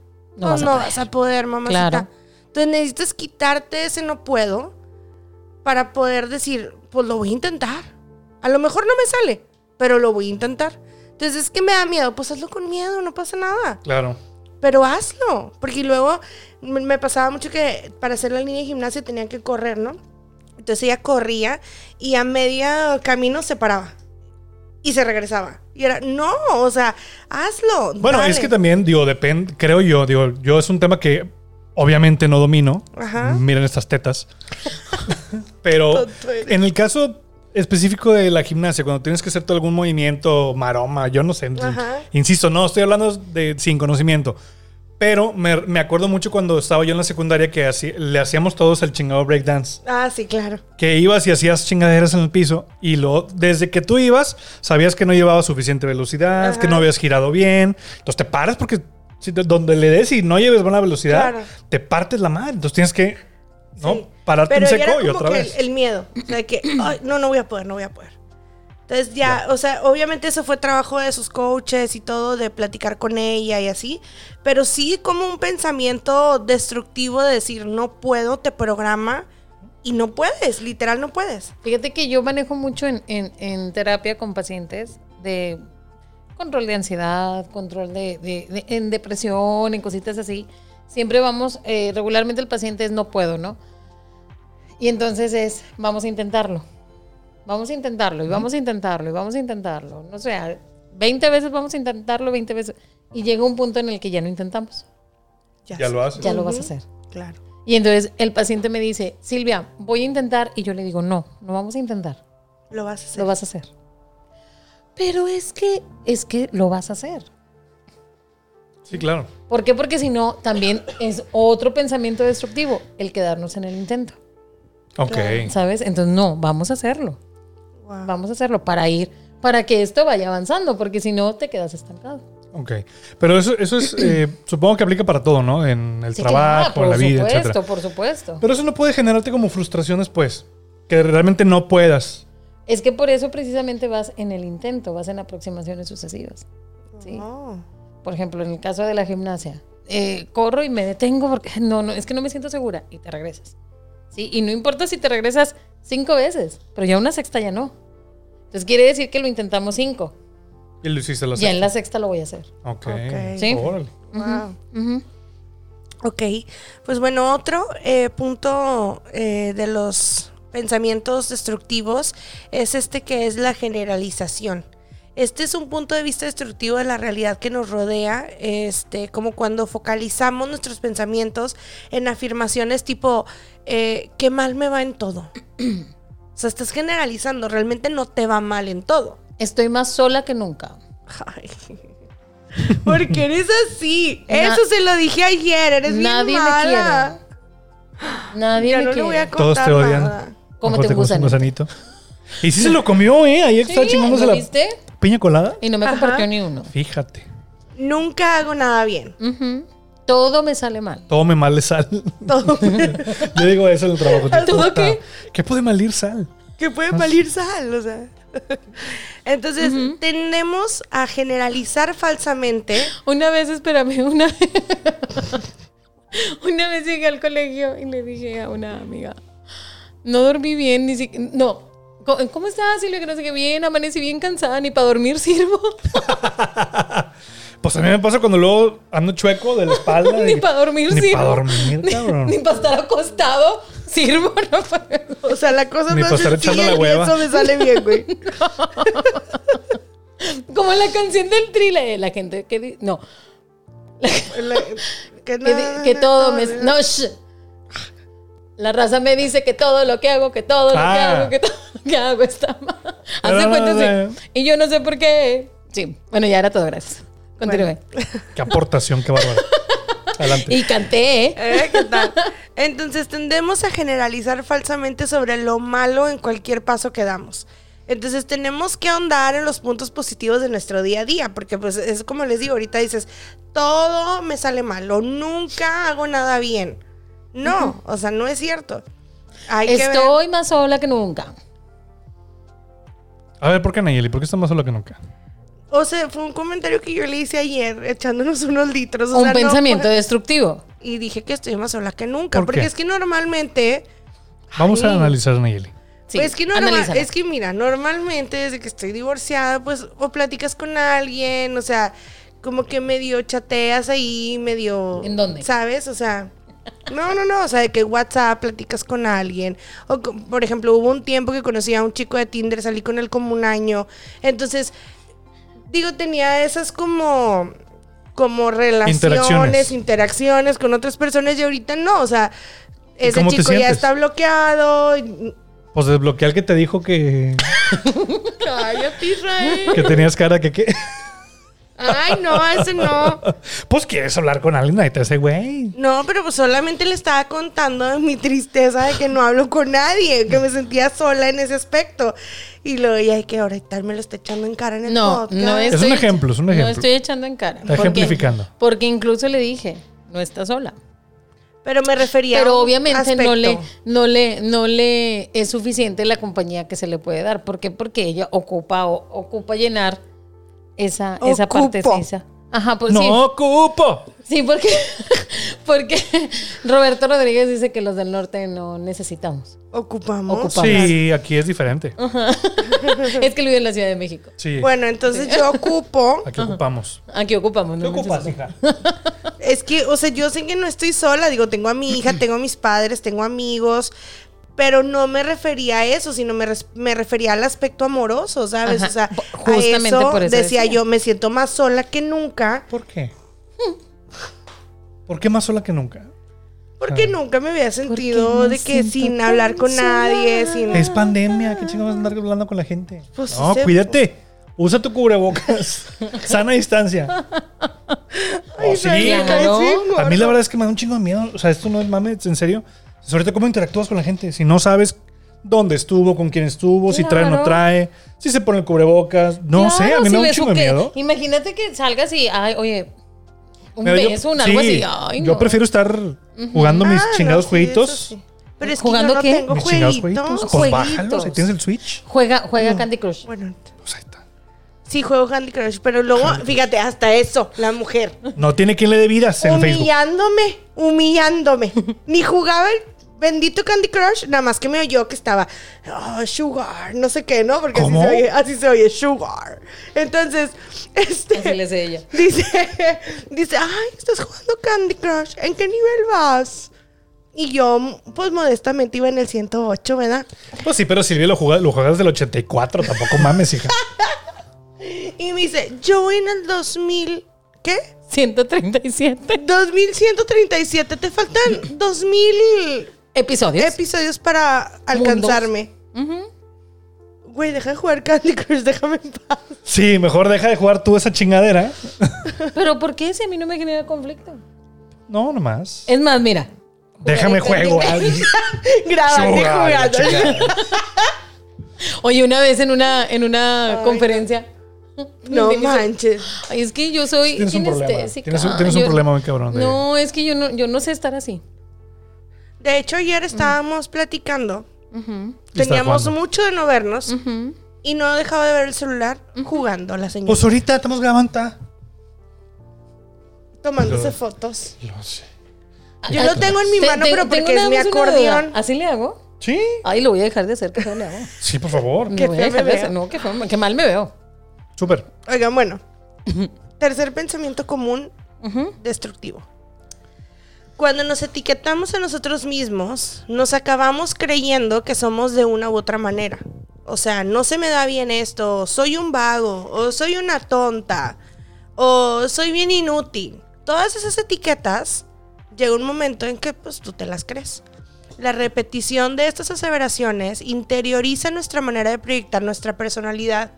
S2: No,
S3: No vas a
S2: no
S3: poder.
S2: vas a poder, mamacita.
S3: Claro.
S2: Entonces necesitas quitarte ese no puedo para poder decir, pues lo voy a intentar. A lo mejor no me sale, pero lo voy a intentar. Entonces es que me da miedo, pues hazlo con miedo, no pasa nada.
S1: Claro.
S2: Pero hazlo, porque luego me me pasaba mucho que para hacer la línea de gimnasia tenía que correr, ¿no? Entonces ella corría y a media camino se paraba y se regresaba. Y era, no, o sea, hazlo.
S1: Bueno,
S2: dale".
S1: es que también, digo, depende, creo yo, digo, yo es un tema que obviamente no domino.
S2: Ajá.
S1: Miren estas tetas. Pero
S2: Tonto eres.
S1: en el caso específico de la gimnasia, cuando tienes que hacer todo algún movimiento, maroma, yo no sé.
S2: Ajá.
S1: Insisto, no, estoy hablando de sin conocimiento. Pero me, me acuerdo mucho cuando estaba yo en la secundaria que así, le hacíamos todos el chingado breakdance
S2: Ah, sí, claro.
S1: que ibas y hacías chingaderas en el piso y luego, desde que tú ibas, sabías que no llevabas suficiente velocidad, que no habías girado bien. Entonces te paras porque si te- donde le des y no lleves buena velocidad,
S2: Claro.
S1: te partes la madre. Entonces tienes que ¿no?
S2: Sí.
S1: pararte
S2: Pero
S1: en
S2: ya era
S1: seco y
S2: como
S1: otra
S2: que
S1: vez.
S2: El, el miedo, o sea, de que "Ay, no, no voy a poder, no voy a poder. Entonces ya, o sea, obviamente eso fue trabajo de sus coaches y todo, de platicar con ella y así, pero sí como un pensamiento destructivo de decir, no puedo, te programa y no puedes, literal no puedes.
S3: Fíjate que yo manejo mucho en, en- en terapia con pacientes de control de ansiedad, control de, de- de- en depresión, en cositas así. Siempre vamos, eh, regularmente el paciente es no puedo, ¿no? Y entonces es, vamos a intentarlo. Vamos a intentarlo, y vamos a intentarlo, y vamos a intentarlo. No sé, 20 veces vamos a intentarlo, 20 veces. Y llega un punto en el que ya no intentamos.
S1: Ya
S2: sé.
S1: lo haces.
S3: Ya lo vas a hacer.
S2: Claro.
S3: Y entonces el paciente me dice, Silvia, voy a intentar. Y yo le digo, no, no vamos a intentar.
S2: Lo vas a hacer.
S3: Lo vas a hacer. Pero es que, es que lo vas a hacer.
S1: Sí, claro.
S3: ¿Por qué? Porque si no, también es otro pensamiento destructivo el quedarnos en el intento.
S1: Ok.
S3: ¿Sabes? Entonces, no, vamos a hacerlo.
S2: Wow.
S3: Vamos a hacerlo para ir, para que esto vaya avanzando, porque si no, te quedas estancado.
S1: Ok. Pero eso, eso es, eh, supongo que aplica para todo, ¿no? En el
S3: Sí,
S1: trabajo,
S3: claro, por
S1: en la vida,
S3: supuesto,
S1: etcétera.
S3: por supuesto.
S1: Pero eso no puede generarte como frustración después. Que realmente no puedas.
S3: Es que por eso precisamente vas en el intento, vas en aproximaciones sucesivas. Sí.
S2: Oh.
S3: por ejemplo, en el caso de la gimnasia, eh, corro y me detengo porque no, no, es que no me siento segura y te regresas. ¿Sí? Y no importa si te regresas cinco veces, pero ya una sexta ya no. Entonces quiere decir que lo intentamos cinco.
S1: Y lo hiciste la
S3: ya en
S1: sexta.
S3: la sexta lo voy a hacer.
S1: Ok.
S2: Ok.
S3: Sí.
S1: Órale.
S2: Wow.
S3: Ujú.
S2: Ok, pues bueno, otro eh, punto eh, de los pensamientos destructivos es este que es la generalización. Este es un punto de vista destructivo de la realidad que nos rodea, este, como cuando focalizamos nuestros pensamientos en afirmaciones tipo, eh, qué mal me va en todo. o sea, estás generalizando, realmente no te va mal en todo.
S3: Estoy más sola que nunca.
S2: Ay. Porque eres así.
S3: Na-
S2: Eso se lo dije ayer. Eres
S3: Nadie
S2: bien
S3: me
S2: mala.
S3: quiere. Nadie
S2: Ya
S3: me
S2: no le
S3: quiere.
S2: voy a
S1: Todos te
S2: contar
S1: odian.
S2: nada.
S3: Como
S1: Mejor
S3: te
S1: comes un
S3: gusanito.
S1: gusanito. Y sí se lo comió, ¿eh? Ayer estaba
S3: Sí,
S1: chingándose
S3: ¿lo
S1: la
S3: viste?
S1: piña colada.
S3: Y no me
S2: Ajá.
S3: compartió ni uno.
S1: Fíjate.
S2: Nunca hago nada bien.
S1: Mm.
S3: Ujú. Todo me sale mal.
S1: Todo me mal de sal.
S2: Todo
S1: Yo digo eso en el trabajo.
S3: ¿Todo
S1: Puta,
S3: qué?
S1: ¿Qué puede malir sal?
S2: que puede valir sal, o sea. Entonces, tendemos a generalizar falsamente.
S3: Una vez, espérame, una una vez llegué al colegio y le dije a una amiga, no dormí bien, ni siquiera, no, Co- ¿cómo estás, Silvia? Que no sé qué, bien, amanecí bien cansada, ni para dormir sirvo,
S1: Pues a mí me pasa cuando luego ando chueco de la espalda.
S3: ni
S1: y-
S3: para dormir
S1: Ni
S3: sirvo.
S1: para dormir, cabrón.
S3: Ni, para estar acostado sirvo, no puedo.
S2: O sea, la cosa
S1: Ni
S2: no
S1: pa'
S2: es
S1: estar echando
S2: sencilla
S1: la
S2: y
S1: hueva.
S2: eso me sale bien, güey.
S3: Como la canción del thriller, eh, la gente que... di- No,
S2: La- que,
S3: que,
S2: nada,
S3: di- que
S2: nada,
S3: todo me...
S2: nada.
S3: No, sh. La raza me dice que todo lo que hago, que todo lo que
S1: Ah.
S3: hago, que todo lo que hago está mal. Haz de
S1: Ah,
S3: cuenta,
S1: bueno.
S3: sí. Y yo no sé por qué. Sí, bueno, ya era todo, gracias. Continúe.
S1: Qué aportación, qué bárbaro. Adelante.
S3: Y canté, ¿eh?
S2: ¿Eh? ¿Qué tal? Entonces tendemos a generalizar falsamente sobre lo malo en cualquier paso que damos. Entonces tenemos que ahondar en los puntos positivos de nuestro día a día, porque pues es como les digo, ahorita dices, todo me sale mal o nunca hago nada bien. No, o sea, no es cierto. Hay que ver.
S3: Estoy más sola que nunca.
S1: A ver, ¿por qué Nayeli? ¿Por qué está más sola que nunca?
S2: O sea, fue un comentario que yo le hice ayer, echándonos unos litros. o
S3: un
S2: sea, no
S3: pensamiento
S2: fue-
S3: destructivo.
S2: Y dije que estoy más sola que nunca,
S1: ¿Por
S2: porque
S1: qué?
S2: es que normalmente...
S1: Vamos a
S2: Ay.
S1: analizar Nayeli.
S3: Sí,
S2: Pues es que, normal-
S3: analízala.
S2: es que mira, normalmente desde que estoy divorciada, pues o platicas con alguien, o sea, como que medio chateas ahí, medio...
S3: ¿En dónde?
S2: ¿Sabes? O sea... No, no, no, o sea, de que WhatsApp platicas con alguien. O, co- por ejemplo, hubo un tiempo que conocí a un chico de Tinder, salí con él como un año. Entonces, digo, tenía esas como como relaciones,
S1: Interacciones.
S2: interacciones, con otras personas y ahorita no, o sea,
S1: ¿Y
S2: ese
S1: cómo te
S2: chico ya
S1: sientes?
S2: está bloqueado. y-
S1: Pues desbloquea al que te dijo que,
S2: Cállate, Israel.
S1: que tenías cara que qué.
S2: Ay, no, ese no.
S3: Ah.
S1: Pues quieres hablar con alguien, ahí te hace güey.
S2: No, pero pues solamente le estaba contando de mi tristeza de que no hablo con nadie, que me sentía sola en ese aspecto. Y luego, y ay, que ahora y tal me lo está echando en cara en el
S3: No,
S2: podcast.
S3: no
S1: Es
S3: estoy,
S1: un ejemplo, es un
S3: No
S1: ejemplo.
S3: estoy echando en cara.
S1: Está
S3: ¿Por qué?
S1: ejemplificando.
S3: Porque incluso le dije, no está sola.
S2: Pero me refería a
S3: Pero
S2: un
S3: obviamente
S2: aspecto.
S3: no le, no le, no le es suficiente la compañía que se le puede dar. ¿Por qué? Porque ella ocupa, o- ocupa llenar esa, esa
S2: Ocupo.
S3: partecita. Ajá, pues sí.
S1: No ocupo.
S3: Sí, porque, porque Roberto Rodríguez dice que los del norte no necesitamos.
S2: Ocupamos.
S3: Ocupa.
S1: Sí, aquí es diferente.
S3: Es que lo vive en la Ciudad de México.
S1: Sí,
S2: Bueno, entonces yo ocupo.
S1: aquí ocupamos.
S3: Aquí ocupamos. ¿no?
S1: hija?
S2: Es que, o sea, yo sé que no estoy sola. Digo, tengo a mi hija, tengo a mis padres, tengo amigos. Pero no me refería a eso, sino me, res- me refería al aspecto amoroso, ¿sabes?
S3: Ajá,
S2: O sea,
S3: po-
S2: a
S3: justamente
S2: eso
S3: por eso
S2: decía,
S3: decía.
S2: yo, me siento más sola que nunca,
S1: ¿Por qué? ¿Por qué más sola que nunca?
S2: porque nunca me había sentido
S3: me
S2: de que
S3: siento
S2: sin hablar con nadie, sin...
S1: Es pandemia, ¿qué chingados vas a andar hablando con la gente?
S2: Pues,
S1: no,
S2: sí se-
S1: cuídate. Usa tu cubrebocas. Sana distancia. Oh, sí.
S2: Ay, me caes
S1: A
S2: bien
S1: mí
S2: gordo.
S1: la verdad es que me da un chingo de miedo. O sea, esto no es mame, en serio. Sobre todo cómo interactúas con la gente. Si no sabes dónde estuvo, con quién estuvo, si trae o no
S3: Claro.
S1: trae, si se pone el cubrebocas. No sé, a
S3: Claro,
S1: mí
S3: si
S1: me da un
S3: beso
S1: chingo de
S3: que-
S1: miedo.
S3: Imagínate que salgas y, ay, oye, un
S1: Mira, yo-
S3: beso, un algo
S1: sí,
S3: así. Ay,
S1: Yo
S3: no.
S1: prefiero estar jugando mis
S2: Ah, no,
S1: chingados
S2: sí,
S1: jueguitos.
S2: eso sí. Pero es que
S3: ¿Jugando
S2: yo no
S3: qué?
S2: tengo
S1: Mis chingados
S2: jueguitos.
S1: jueguitos. Pues
S3: Jueguitos.
S1: bájalos, ahí tienes el Switch.
S3: Juega, juega Candy Crush.
S2: Bueno, t-
S1: Pues ahí está.
S2: sí juego Candy Crush, pero luego, fíjate, hasta eso, la mujer.
S1: No tiene quien le dé vidas en Facebook.
S2: humillándome, humillándome. Ni jugaba el bendito Candy Crush, nada más que me oyó que estaba, "Ah, sugar, no sé qué, ¿no? Porque así
S1: ¿Cómo?
S2: se, oye, así se oye, sugar. Entonces, este...
S3: Así le sé ella.
S2: Dice, dice, ay, estás jugando Candy Crush, ¿en qué nivel vas? Y yo, pues modestamente iba en el 108, ¿verdad?
S1: Pues sí, pero Silvia lo jugaba, lo jugaba desde el 84. Tampoco mames, hija.
S2: Y me dice, yo voy en el 2000, ¿qué?
S3: 137
S2: 2137, te faltan 2000
S3: episodios.
S2: episodios para alcanzarme. Güey, deja de jugar Candy Crush, déjame en paz.
S1: Sí, mejor deja de jugar tú esa chingadera.
S3: Pero ¿por qué si a mí no me genera conflicto?
S1: No, nomás.
S3: Es más, mira.
S1: Déjame juego.
S2: Grabando y
S1: Sugar,
S2: jugando.
S1: chingada.
S3: Oye, una vez en una, en una conferencia.
S2: No
S3: me dice,
S2: manches.
S3: Ay, es que yo soy
S1: Tienes un problema.
S3: kinestésica.
S1: Tienes un- tienes un
S3: Yo-
S1: problema muy cabrón eh. de-
S3: No, es que yo no, yo no sé estar así.
S2: De hecho, ayer estábamos platicando.
S1: ¿Está
S2: Teníamos
S1: jugando?
S2: mucho de no vernos. Y no dejaba de ver el celular jugando la señora.
S1: Pues ahorita estamos grabando.
S2: tomándose fotos.
S1: No sé.
S2: Yo lo tengo en mi
S3: Te-
S2: mano,
S3: te-
S2: pero
S3: tengo
S2: porque
S3: nada
S2: es mi
S3: más una duda.
S2: acordeón.
S3: ¿Así le hago?
S1: Sí,
S3: Ay, lo voy a dejar de hacer, que feo le hago.
S1: sí, por favor.
S3: Lo
S2: Qué
S3: voy a
S2: feo me
S3: dejar de
S2: veo.
S3: hacer. No, qué, feo, qué mal me veo.
S1: Súper.
S2: Oigan, bueno. Tercer pensamiento común destructivo. Cuando nos etiquetamos a nosotros mismos, nos acabamos creyendo que somos de una u otra manera. O sea, no se me da bien esto, o soy un vago, o soy una tonta, o soy bien inútil. Todas esas etiquetas, llega un momento en que pues tú te las crees. La repetición de estas aseveraciones interioriza nuestra manera de proyectar nuestra personalidad.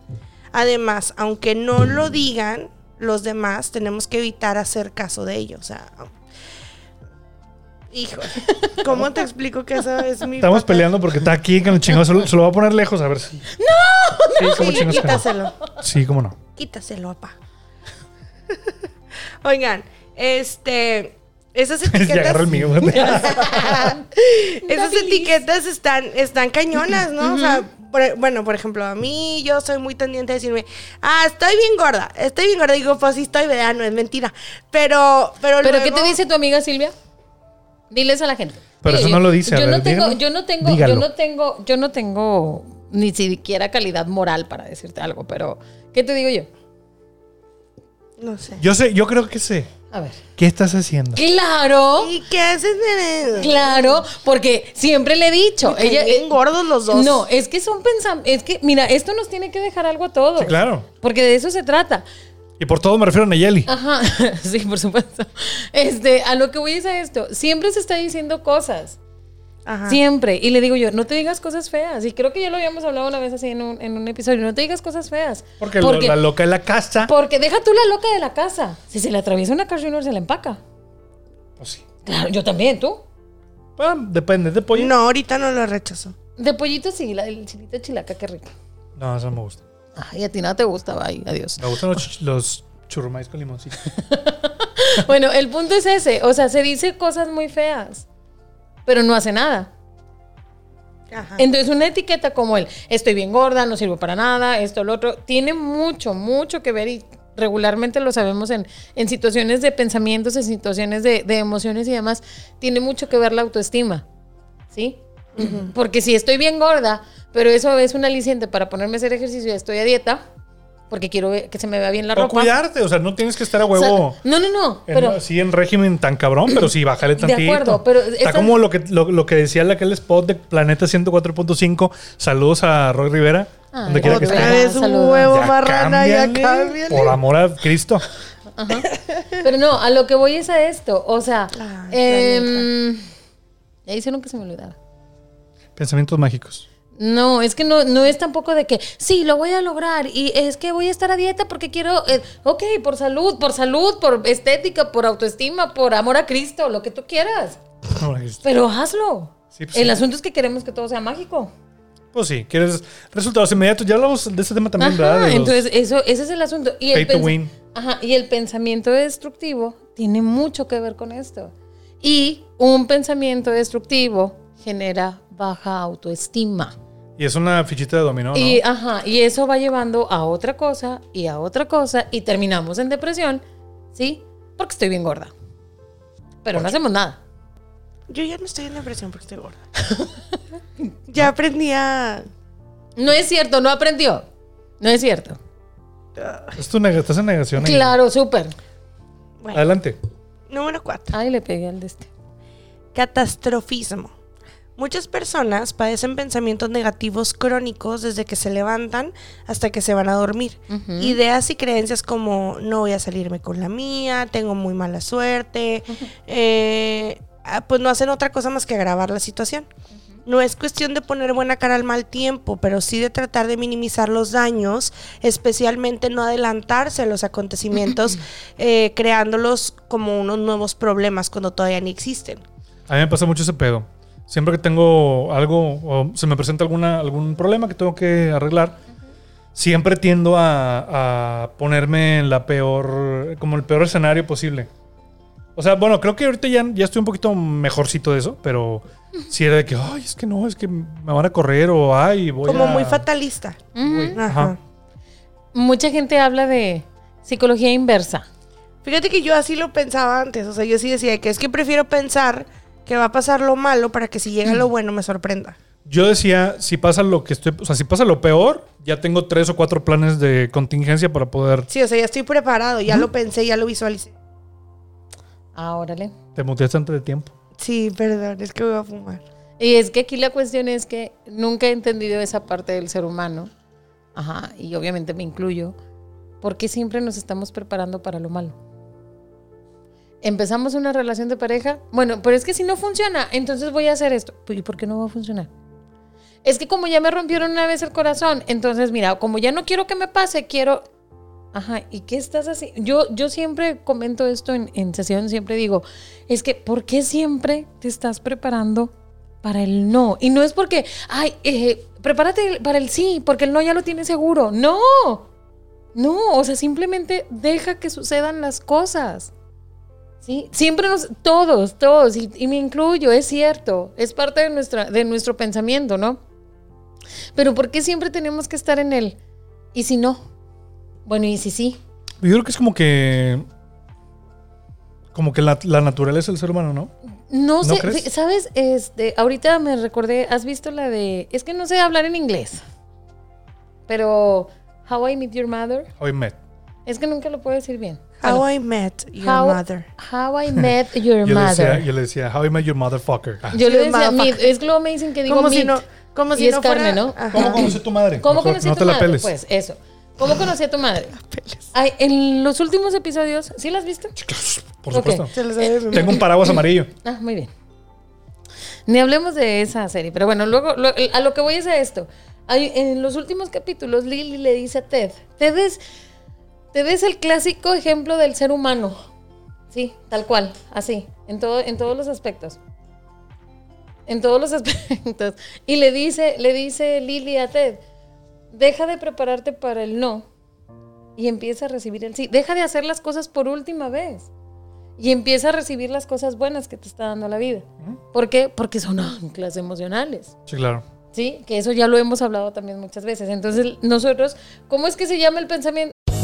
S2: Además, aunque no lo digan los demás, tenemos que evitar hacer caso de ellos. O sea, híjole, ¿cómo te explico que esa es mi...
S1: Estamos
S2: pata?
S1: peleando porque está aquí con el chingado. Se lo, se lo va a poner lejos a ver si. Sí, ¿cómo
S2: Sí,
S1: chingas que no?
S2: quítaselo.
S1: Sí, cómo no.
S2: Quítaselo, papá. Oigan, este. Esas etiquetas.
S1: Ya agarra el mío. güey.
S2: Esas etiquetas están, están cañonas, ¿no? O sea, por- e, bueno, por ejemplo, a mí yo soy muy tendiente a decirme, ah, estoy bien gorda, estoy bien gorda. Digo, pues sí estoy, ¿verdad? No es mentira. Pero, pero,
S3: ¿Pero qué
S2: luego-
S3: te dice tu amiga Silvia? Diles a la gente.
S1: Pero eso no lo dice, a
S3: Yo
S1: ver,
S3: no tengo,
S1: dígalo.
S3: yo no tengo,
S1: Dígalo.
S3: yo no tengo, yo no tengo ni siquiera calidad moral para decirte algo, pero ¿qué te digo yo?
S2: No sé.
S1: Yo sé, yo creo que sé.
S3: A ver.
S1: ¿Qué estás haciendo?
S3: Claro,
S2: ¿Y qué haces? nene?
S3: claro, porque siempre le he dicho.
S2: Que
S3: Ella, eh,
S2: bien gordos los dos.
S3: No, eh, es que son pensamientos. Es que, mira, esto nos tiene que dejar algo a todos.
S1: Sí, claro.
S3: Porque de eso se trata.
S1: Y por todo me refiero a Nayeli.
S3: Ajá, sí, por supuesto. Este, a lo que voy es a esto. Siempre se está diciendo cosas.
S2: Ajá.
S3: Siempre. Y le digo yo, no te digas cosas feas. Y creo que ya lo habíamos hablado una vez así en un, en un episodio. No te digas cosas feas.
S1: Porque, lo- la loca de la casa.
S3: porque deja tú la loca de la casa. Si se le atraviesa una Car Junior, se la empaca.
S1: Pues sí.
S3: Claro, yo también, tú.
S1: Ah, depende, de pollo.
S2: No, ahorita no lo rechazo.
S3: De pollito sí, la, el chilito chilaca, qué rico.
S1: No, eso no me gusta.
S3: Ay, a ti nada te gusta, bye, adiós.
S1: Me gustan los, ch- los churrumais con limoncito.
S3: Bueno, el punto es ese. O sea, se dice cosas muy feas, pero no hace nada.
S2: Ajá.
S3: Entonces, una etiqueta como el estoy bien gorda, no sirvo para nada, esto, lo otro, tiene mucho, mucho que ver y regularmente lo sabemos en, en situaciones de pensamientos, en situaciones de, de emociones y demás, tiene mucho que ver la autoestima. ¿Sí? Porque si estoy bien gorda, pero eso es un aliciente para ponerme a hacer ejercicio y estoy a dieta, porque quiero ver- que se me vea bien la
S1: O
S3: ropa.
S1: cuidarte, o sea, no tienes que estar a
S3: O sea,
S1: huevo.
S3: no, no, no.
S1: en-
S3: Pero,
S1: sí, en régimen tan cabrón, pero sí, bájale
S3: De
S1: tantito.
S3: acuerdo, pero
S1: Está
S3: esa-
S1: como lo que, lo, lo que decía en aquel spot de Planeta 104.5. Saludos a Roy Rivera.
S3: Ay,
S1: donde quiera que
S3: Ah, otra
S1: esté.
S3: vez.
S2: un
S3: saludos.
S2: huevo
S1: Ya
S2: marrana, ya
S1: cámbiale,
S2: cámbiale.
S1: Por amor a Cristo.
S3: Pero no, a lo que voy es a esto. O sea,
S2: Ay,
S3: em, ya hicieron que se me olvidara.
S1: Pensamientos mágicos.
S3: No, es que no, no es tampoco de que sí, lo voy a lograr y es que voy a estar a dieta porque quiero, eh, ok, por salud, por salud, por estética, por autoestima, por amor a Cristo, lo que tú quieras. Pero hazlo.
S1: Sí, pues
S3: El
S1: sí.
S3: asunto es que queremos que todo sea mágico.
S1: Pues sí, quieres resultados inmediatos. Ya hablamos de este tema también, ¿verdad?
S3: Ajá,
S1: De los-
S3: entonces eso, ese es el asunto. Y
S1: Pay
S3: el,
S1: to
S3: pens-
S1: win.
S3: Ajá, y el pensamiento destructivo tiene mucho que ver con esto. Y un pensamiento destructivo genera baja autoestima.
S1: Y es una fichita de dominó, ¿no?
S3: Y, ajá, y eso va llevando a otra cosa y a otra cosa y terminamos en depresión, ¿sí? Porque estoy bien gorda. Pero no hacemos nada.
S2: Yo ya no estoy en depresión porque estoy gorda. ya aprendí a.
S3: No es cierto, no aprendió. No es cierto.
S1: Es tu neg- estás en negación. ahí.
S3: Claro, súper.
S2: Bueno,
S1: Adelante.
S2: número cuatro.
S3: Ay, le pegué al de este.
S2: Catastrofismo. Muchas personas padecen pensamientos negativos crónicos desde que se levantan hasta que se van a dormir. Ideas y creencias como no voy a salirme con la mía, tengo muy mala suerte, eh, ah, pues no hacen otra cosa más que agravar la situación. No es cuestión de poner buena cara al mal tiempo, pero sí de tratar de minimizar los daños, especialmente no adelantarse a los acontecimientos, eh, creándolos como unos nuevos problemas cuando todavía ni existen.
S1: A mí me pasa mucho ese pedo. Siempre que tengo algo o se me presenta alguna, algún problema que tengo que arreglar, siempre tiendo a, a ponerme en la peor, como el peor escenario posible. O sea, bueno, creo que ahorita ya, ya estoy un poquito mejorcito de eso, pero si era de que, ay, es que no, es que me van a correr o ay, voy
S2: Como
S1: a-
S2: muy fatalista. Ajá.
S1: Ajá.
S3: Mucha gente habla de psicología inversa.
S2: Fíjate que yo así lo pensaba antes. O sea, yo sí decía que es que prefiero pensar que va a pasar lo malo para que si llega lo bueno me sorprenda.
S1: Yo decía, si pasa lo que estoy, o sea, si pasa lo peor, ya tengo tres o cuatro planes de contingencia para poder.
S2: Sí, o sea, ya estoy preparado, ya lo pensé, ya lo visualicé.
S3: Ah, órale.
S1: Te muteaste antes de tiempo.
S2: Sí, perdón, es que voy a fumar.
S3: Y es que aquí la cuestión es que nunca he entendido esa parte del ser humano. Ajá, y obviamente me incluyo. ¿Por qué siempre nos estamos preparando para lo malo? Empezamos una relación de pareja. Bueno, pero es que si no funciona, entonces voy a hacer esto. Pues, ¿Y por qué no va a funcionar? Es que como ya me rompieron una vez el corazón, entonces mira, como ya no quiero que me pase, quiero... Ajá, ¿y qué estás así? Yo, yo siempre comento esto en, en sesión, siempre digo, es que ¿por qué siempre te estás preparando para el no. Y no es porque, ay, eh, prepárate para el sí, porque el no ya lo tienes seguro. No, no, o sea, simplemente deja que sucedan las cosas. Sí, siempre nos, todos, todos, y, y me incluyo, es cierto, es parte de, nuestra, de nuestro pensamiento, ¿no? Pero ¿por qué siempre tenemos que estar en él? ¿Y si no? Bueno, ¿y si sí?
S1: Yo creo que es como que. Como que la, la naturaleza del ser humano, ¿no?
S3: No
S1: ¿No
S3: sé,
S1: crees?
S3: fi- ¿sabes? Este, ahorita me recordé, ¿has visto la de... Es que no sé hablar en inglés, pero... How I Meet Your Mother.
S1: Hoy met.
S3: Es que nunca lo puedo decir bien.
S2: How
S3: Bueno,
S2: I Met Your
S3: Ah, how-
S2: Mother.
S3: How I Met Your
S1: Yo le, decía,
S3: Mother.
S1: yo le decía, How I met your motherfucker. Ah.
S3: Yo le
S2: Your
S3: decía
S2: motherfucker.
S3: meet. Es que luego me dicen que digo
S2: Como si
S3: meet.
S2: no- como si
S3: y es
S2: no fuera-
S3: carne, ¿no?
S2: Ajá.
S1: Ah. ¿Cómo conocí a tu madre?
S3: ¿Cómo
S1: No te-
S3: conocí
S1: no
S3: a tu
S1: te la
S3: madre?
S1: peles.
S3: Pues eso. ¿Cómo conocí a tu madre? Ay, en los últimos episodios, ¿sí las viste?
S1: Por
S3: Ok.
S1: supuesto.
S2: Se los
S3: Eh,
S2: había-
S1: Tengo un paraguas amarillo.
S3: Ah, muy bien. Ni hablemos de esa serie, pero bueno, luego lo- a lo que voy es a esto. Hay- en los últimos capítulos, Lily le dice a Ted, Ted es, Ted es el clásico ejemplo del ser humano. Sí, tal cual, así, en, todo, en todos los aspectos. En todos los aspectos. Y le dice, le dice Lily a Ted, deja de prepararte para el no y empieza a recibir el sí. Deja de hacer las cosas por última vez y empieza a recibir las cosas buenas que te está dando la vida. ¿Por qué? Porque son anclas emocionales,
S1: Sí, claro.
S3: ¿sí? Que eso ya lo hemos hablado también muchas veces. Entonces, nosotros, ¿cómo es que se llama el pensamiento?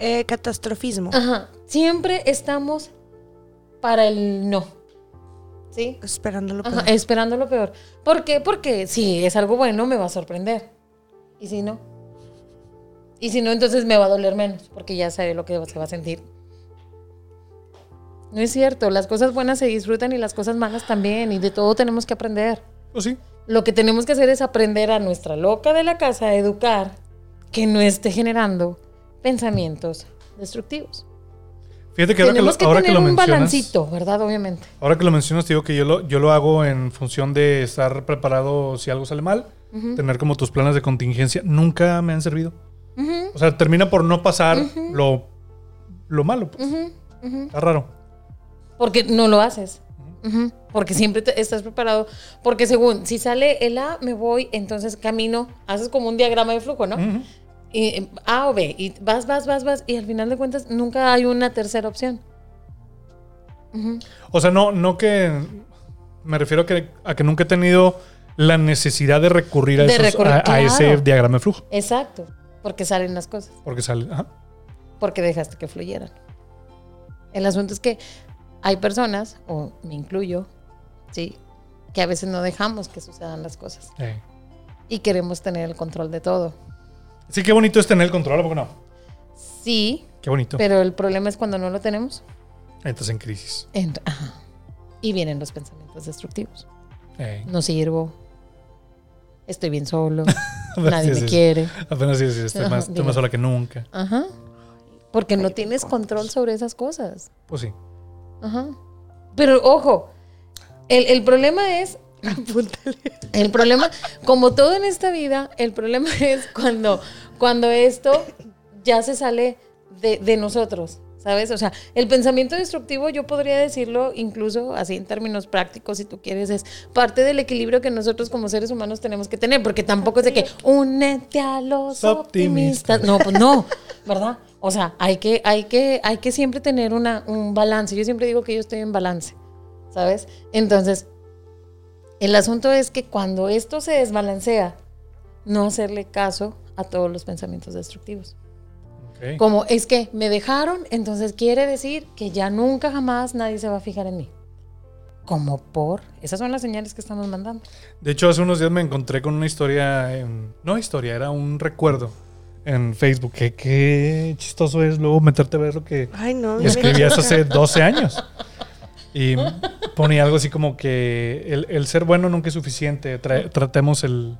S2: Eh, catastrofismo.
S3: Ajá. Siempre estamos para el no. ¿Sí?
S2: Esperando lo
S3: Ajá, Eh,
S2: peor.
S3: esperando lo peor. ¿Por qué? Porque si es algo bueno, me va a sorprender. ¿Y si no? Y si no, entonces me va a doler menos, porque ya sabe lo que se va a sentir. No es cierto, las cosas buenas se disfrutan y las cosas malas también, y de todo tenemos que aprender.
S1: Pues sí.
S3: Lo que tenemos que hacer es aprender a nuestra loca de la casa a educar que no esté generando pensamientos destructivos.
S1: Fíjate que ahora que lo,
S3: tenemos que,
S1: ahora que
S3: tener
S1: lo
S3: un
S1: mencionas.
S3: balancito, ¿verdad? Obviamente.
S1: Ahora que lo mencionas, te digo que yo lo, yo lo hago en función de estar preparado si algo sale mal, tener como tus planes de contingencia. Nunca me han servido. O sea, termina por no pasar lo, lo malo. pues. Está raro.
S3: Porque no lo haces. Ujú. Porque siempre te- estás preparado. Porque según, si sale el A, me voy, entonces camino, haces como un diagrama de flujo, ¿no? Y, eh, A o B, y vas, vas, vas, vas, y al final de cuentas nunca hay una tercera opción.
S1: O sea, no, no que. Me refiero a que, a que nunca he tenido la necesidad de recurrir a,
S3: De
S1: esos-
S3: recurrir,
S1: a- a ese
S3: claro.
S1: diagrama de flujo.
S3: Exacto, porque salen las cosas,
S1: Porque sale. ajá.
S3: porque dejaste que fluyeran. El asunto es que hay personas, o me incluyo, sí, que a veces no dejamos que sucedan las cosas
S1: Eh.
S3: y queremos tener el control de todo.
S1: Sí, qué bonito es tener el control, ¿a poco no?
S3: Sí,
S1: Qué bonito.
S3: pero el problema es cuando no lo tenemos.
S1: Entras en crisis.
S3: En- ajá. Y vienen los pensamientos destructivos.
S1: Eh.
S3: No sirvo. Estoy bien solo.
S1: Apenas
S3: nadie me
S1: dices-
S3: quiere.
S1: Apenas dices, estoy
S3: Ajá,
S1: más, estoy
S3: digo.
S1: más sola que nunca.
S3: Ajá. Porque no tienes control sobre esas cosas.
S1: Pues sí.
S3: Ajá. Pero ojo, el, el problema es. El problema, como todo en esta vida, el problema es cuando, cuando esto ya se sale de, de nosotros, ¿sabes? O sea, el pensamiento destructivo, yo podría decirlo incluso así en términos prácticos, si tú quieres, es parte del equilibrio que nosotros como seres humanos tenemos que tener, porque tampoco es de que únete a los
S1: Optimistas.
S3: optimistas. No, pues no, ¿verdad? O sea, hay que, hay que, hay que siempre tener una, un balance. Yo siempre digo que yo estoy en balance. ¿sabes? Entonces, el asunto es que cuando esto se desbalancea, no hacerle caso a todos los pensamientos destructivos.
S1: Ok.
S3: Como es que me dejaron, entonces quiere decir que ya nunca jamás nadie se va a fijar en mí. Como por. Esas son las señales que estamos mandando.
S1: De hecho, hace unos días me encontré con una historia, en- no historia, era un recuerdo en Facebook. Que qué chistoso es luego meterte a ver lo que
S2: Ay, no, ya
S1: escribías
S2: vi.
S1: hace 12 años. Y ponía algo así como que el, el ser bueno nunca es suficiente, tra- tratemos el,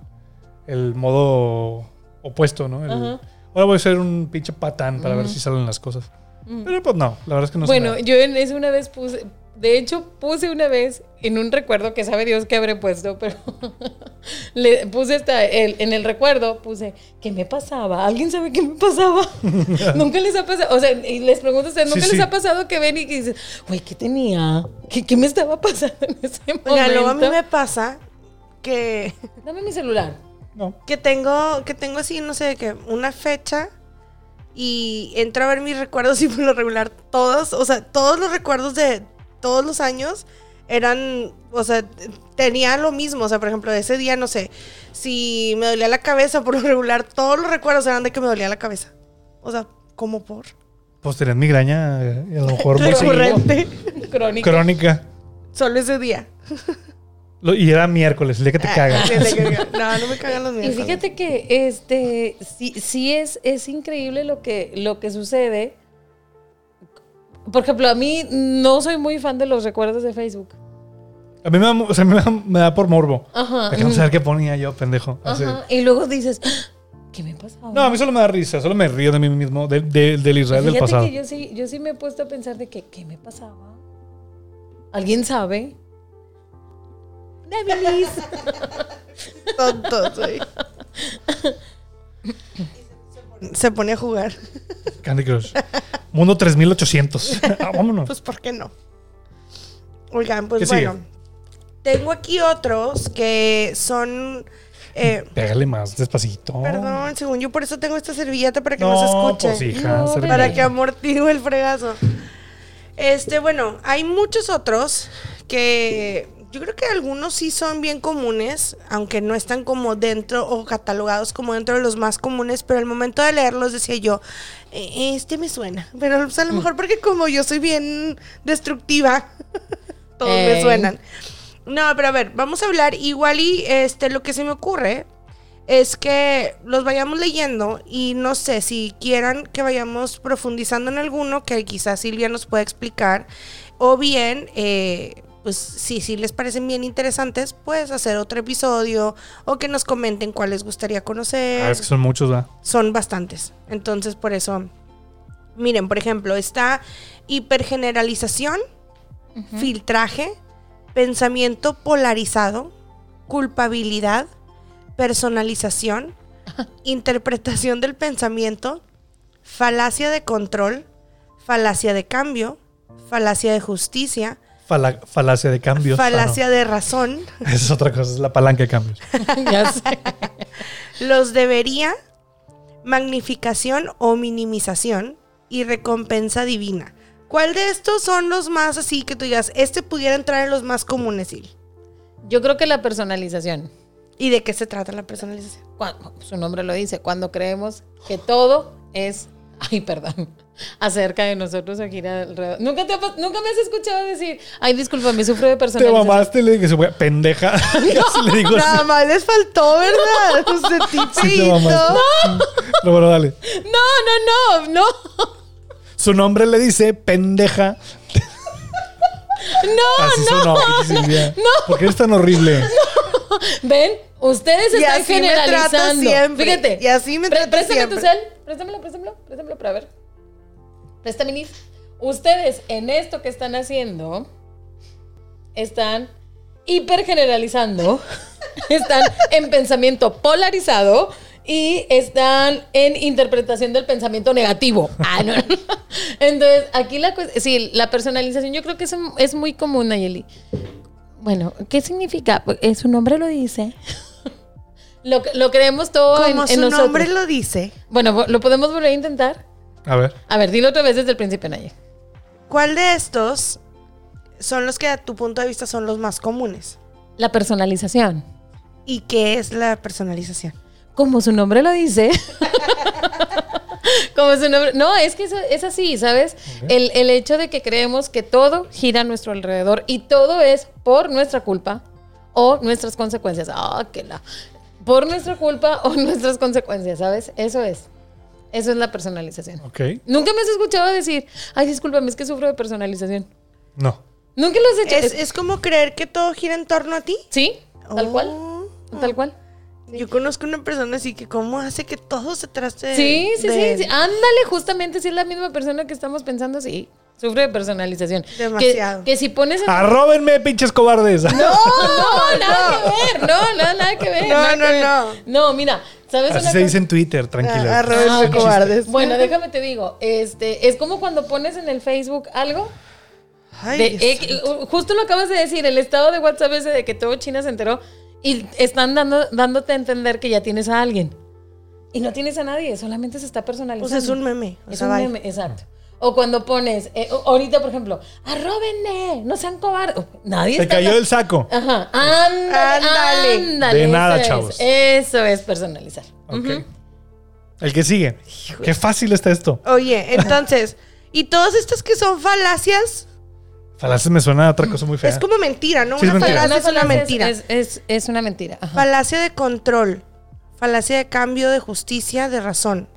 S1: el modo opuesto, ¿no? El-
S3: Ajá.
S1: ahora voy a ser un pinche patán para ver
S3: Ujú.
S1: si salen las cosas.
S3: Mm.
S1: Pero pues no, la verdad es que no se
S3: bueno,
S1: me da.
S3: yo en eso una vez puse, de hecho puse una vez en un recuerdo que sabe Dios que habré puesto, pero le puse esta, el- en el recuerdo puse, ¿qué me pasaba? ¿Alguien sabe qué me pasaba? nunca les ha pasado, o sea, y les pregunto a ustedes,
S2: Sí,
S3: ¿nunca
S2: sí.
S3: les ha pasado que ven y que dicen, güey, ¿qué tenía? ¿Qué, qué me estaba pasando en ese momento?
S2: Oiga, luego a mí me pasa que.
S3: Dame mi celular.
S1: No.
S2: Que tengo, que tengo así, no sé, que una fecha y entro a ver mis recuerdos y por lo regular todos, o sea, todos los recuerdos de todos los años eran, o sea, t- tenía lo mismo, o sea, por ejemplo, de ese día, no sé, si me dolía la cabeza, por lo regular todos los recuerdos eran de que me dolía la cabeza. O sea, como por
S1: Pues tenías migraña, eh, a lo mejor muy seguido.
S2: recurrente.
S3: Crónica.
S1: Crónica.
S2: Solo ese día. Ah,
S1: Lo- y era miércoles, el día que
S3: Ah,
S1: te cagas.
S2: No, no me cagan los
S3: Y
S2: miércoles.
S3: fíjate que este sí, sí es, es increíble lo que, lo que sucede. Por ejemplo, a mí no soy muy fan de los recuerdos de Facebook.
S1: A mí me da, mu- o sea, me da, me da por morbo.
S3: Ajá.
S1: Déjame saber qué ponía yo, pendejo. Así.
S3: Ajá. Y luego dices, "Ah, ¿qué me pasa?
S1: No, a mí solo me da risa, solo me río de mí mismo, de- de- del Israel del
S3: Fíjate
S1: pasado.
S3: que yo sí, yo sí me he puesto a pensar de que, ¿qué me pasaba? ¿Alguien sabe? Débilis.
S2: Tonto, soy. Se pone a jugar.
S1: Candy Crush. Mundo 3800. Ah, vámonos.
S2: Pues, ¿por qué no? Oigan, pues
S1: ¿Qué sigue?
S2: bueno. Tengo aquí otros que son. eh,
S1: Pégale más, despacito.
S2: Perdón, según yo, por eso tengo esta servilleta para que
S1: No,
S2: nos escuche.
S1: pues, hija, No, servilleta.
S2: para que amortigue el fregazo. Este, bueno, hay muchos otros que yo creo que algunos sí son bien comunes, aunque no están como dentro o catalogados como dentro de los más comunes, pero al momento de leerlos decía yo, "Eh, este me suena, pero pues, a lo mejor porque como yo soy bien destructiva, todos me
S3: Ey.
S2: suenan. No, pero a ver, vamos a hablar igual y este, lo que se me ocurre es que los vayamos leyendo y no sé si quieran que vayamos profundizando en alguno que quizás Silvia nos pueda explicar o bien eh, pues si si les parecen bien interesantes pues hacer otro episodio o que nos comenten cuál les gustaría conocer
S1: Ah, es que son muchos, ¿verdad?
S2: son bastantes entonces por eso miren por ejemplo está hipergeneralización filtraje pensamiento polarizado culpabilidad personalización, interpretación del pensamiento, falacia de control, falacia de cambio, falacia de justicia,
S1: Fala- falacia de cambios.
S2: falacia
S1: Ah,
S2: de razón,
S1: no. Esa es otra cosa, es la palanca de cambios.
S2: los debería, magnificación o minimización y recompensa divina. ¿Cuál de estos son los más así que tú digas, este pudiera entrar en los más comunes, Sil?
S3: Yo creo que la personalización.
S2: ¿Y de qué se trata la personalización?
S3: Cuando- su nombre lo dice, cuando creemos que todo es, ay, perdón, acerca de nosotros o gira alrededor. ¿Nunca, te ha pas- nunca me has escuchado decir, ay, disculpa, me sufro de
S1: Te
S3: personalización.
S1: mamaste, le dije, güey, pendeja. Casi le digo
S2: Nada
S1: así.
S2: más les faltó, ¿verdad? Usted tipito.
S1: Pues, Sí, te mamaste. No, bueno, dale.
S3: No, no, no, no,
S1: Su nombre le dice pendeja.
S2: Ah,
S3: no,
S1: Así
S3: no,
S1: sonó, Silvia. ¿Por qué es tan horrible?
S3: Ven, ustedes
S2: Y
S3: están
S2: así me
S3: generalizando.
S2: trata siempre,
S3: Fíjate.
S2: y así me
S3: Pré-
S2: trata
S3: Préstame tu
S2: siempre.
S3: cel, préstamelo, préstamelo, préstamelo para ver. Préstame, Nif. Ustedes en esto que están haciendo están hipergeneralizando, están en pensamiento polarizado y están en interpretación del pensamiento negativo. Ah, no, no. Entonces, aquí la cuestión, sí, la personalización yo creo que es, un- es muy común, Nayeli. Bueno, ¿qué significa? Eh, Su nombre lo dice. Lo, que- lo creemos todo en,
S2: Como
S3: en
S2: su
S3: nosotros.
S2: nombre lo dice,
S3: Bueno, ¿lo podemos volver a intentar?
S1: A ver.
S3: A ver, dilo otra vez desde el principio, Nayeli.
S2: ¿Cuál de estos son los que a tu punto de vista son los más comunes.
S3: La personalización.
S2: ¿Y qué es la personalización?
S3: Como su nombre lo dice. Como su nombre. No, es que eso- es así, ¿sabes? El, el hecho de que creemos que todo gira a nuestro alrededor y todo es por nuestra culpa o nuestras consecuencias. Ah, que la. Por nuestra culpa o nuestras consecuencias, ¿sabes? Eso es. Eso es la personalización.
S1: Ok.
S3: Nunca me has escuchado decir, ay, discúlpame, es que sufro de personalización.
S1: No.
S3: Nunca lo has hecho.
S2: Es, es como creer que todo gira en torno a ti. Oh.
S3: Sí, tal cual. Tal cual.
S2: Yo conozco una persona así que cómo hace que todo se traste.
S3: Sí, sí,
S2: de-
S3: sí, Ah, sí. Ándale, justamente si es la misma persona que estamos pensando, sí. Sufre de personalización. Que-
S2: Demasiado.
S3: Que, si pones.
S1: Ah.
S3: en-
S1: Arróbenme, pinches cobardes.
S3: No, no, nada que ver. No, no, nada que ver.
S1: No,
S3: nada
S1: no,
S3: que ver. No, mira,
S1: Así
S3: ¿sabes una
S1: se
S3: cosa?
S1: dice en Twitter, tranquila.
S3: Ah, ok. Bueno, déjame te digo, este, es como cuando pones en el Facebook algo.
S2: Ay,
S3: de-
S2: Dios
S3: eh, eh, justo lo acabas de decir, el estado de WhatsApp ese de que todo China se enteró y están dando, dándote a entender que ya tienes a alguien. Y no tienes a nadie, solamente se está personalizando.
S2: Pues es un meme, o
S3: Es
S2: sea,
S3: un
S2: bye.
S3: meme, exacto. O cuando pones, eh, o- ahorita por ejemplo, arróbenme, no sean cobardes. Nadie
S1: Se
S3: está-
S1: cayó del saco.
S3: Ajá, ándale,
S1: Ándale.
S3: ándale,
S1: De nada,
S3: eso es,
S1: chavos.
S3: eso es personalizar. Ujú.
S1: El que sigue. Qué fácil está esto.
S2: Oye, entonces, y todas estas que son falacias,
S1: Falaces me suena a otra cosa muy fea.
S2: es como mentira, ¿no?
S1: Sí, es
S2: una
S1: mentira.
S2: falacia es una
S3: falacia
S2: mentira.
S3: Es, es- es una mentira. ajá.
S2: Falacia de control, falacia de cambio de justicia, de razón.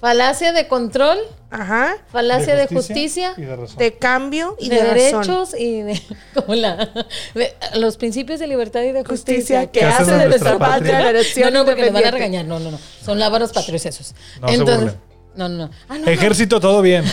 S3: Falacia de control,
S2: Ajá.
S3: falacia de justicia,
S2: de, cambio y
S3: de
S2: de, razón.
S3: derechos y de, como la- de- los principios de libertad y de justicia,
S2: que Que hacen hacen de de nuestra nuestra patria patria. la nación
S3: No, no, porque me van a
S2: independiente.
S3: regañar. No, no, no. Son lábaros patriosos.
S1: No se burlen.
S3: no, no, no. Ah, no, no.
S1: Ejército, todo bien.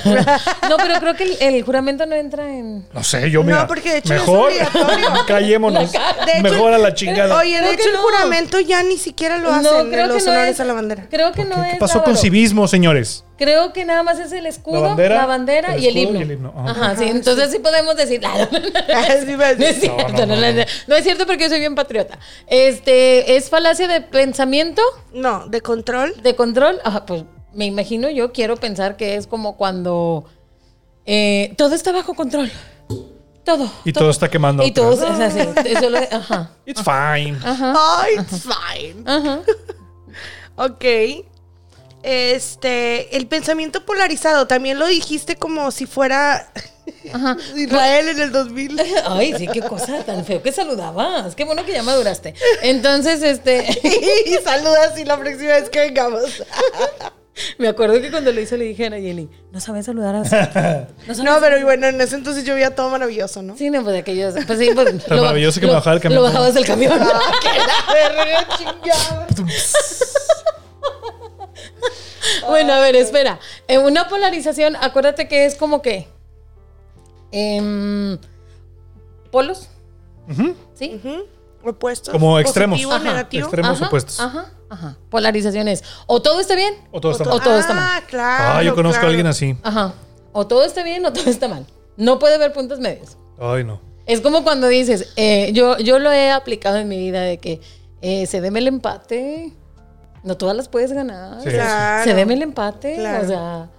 S3: No, pero creo que el, el juramento no entra en.
S1: No sé, yo
S3: No,
S1: mira.
S3: porque de hecho no es
S1: mejor
S3: obligatorio.
S1: callémonos.
S3: La cara. De hecho-
S1: mejor a la chingada.
S2: Oye, de
S3: Creo que
S2: hecho el
S3: no.
S2: juramento ya ni siquiera lo
S3: No,
S2: hacen
S3: creo
S2: en los
S3: que no
S2: honores
S3: es-
S2: a la bandera.
S3: Creo que no es.
S1: ¿qué pasó con
S3: lábaro.
S1: civismo, señores?
S3: Creo que nada más es el escudo, la
S1: La bandera,
S3: bandera,
S1: el
S3: y, el
S1: escudo
S3: himno.
S1: y el himno. Ah.
S3: Ajá, sí.
S1: Ajá,
S3: Entonces sí podemos decir. "Ah, no, no, no". No es
S1: no,
S3: cierto,
S1: no,
S3: no, no, no. No es cierto porque yo soy bien patriota. Este, ¿es falacia de pensamiento?
S2: No, de control.
S3: ¿De control? Ajá, pues me imagino yo quiero pensar que es como cuando eh, todo está bajo control. Todo.
S1: Y todo está quemando.
S3: Y todo
S1: atrás.
S3: es así. es solo- ajá.
S1: It's fine.
S3: Ajá.
S2: Ay, it's fine. ok. Este, el pensamiento polarizado, también lo dijiste como si fuera Israel en el 2000.
S3: Ay, sí, qué cosa tan feo que saludabas. Qué bueno que ya maduraste. Entonces, este.
S2: y saluda así la próxima vez que vengamos.
S3: Me acuerdo que cuando lo hizo le dije a Nayeli, no sabes saludar así.
S2: No, pero y bueno, en ese entonces yo veía todo maravilloso, ¿no?
S3: Sí, no, pues aquellos. Pues sí, pues.
S1: Tan maravilloso que me
S3: lo-
S1: bajaba el camión.
S3: Lo bajabas del camión.
S2: Ah, qué la verga, chingada.
S3: bueno, a ver, espera. En una polarización, acuérdate que es como que. em, polos. ¿Sí?
S2: Opuestos.
S1: Como extremos.
S2: Positivo,
S1: Ajá,
S2: negativo.
S1: extremos
S3: Ajá,
S1: opuestos.
S3: Ajá, ajá. Polarización es o todo está bien
S1: O todo está mal.
S3: mal.
S2: Ah, claro.
S1: ah, yo conozco
S2: claro.
S1: a alguien así.
S3: Ajá. O todo está bien o todo está mal. No puede haber puntos medios.
S1: Ay, no.
S3: Es como cuando dices, eh, yo, yo lo he aplicado en mi vida de que eh, se deme el empate. No todas las puedes ganar.
S1: Sí, Claro.
S2: sí.
S3: Se deme el empate.
S2: Claro.
S3: O sea,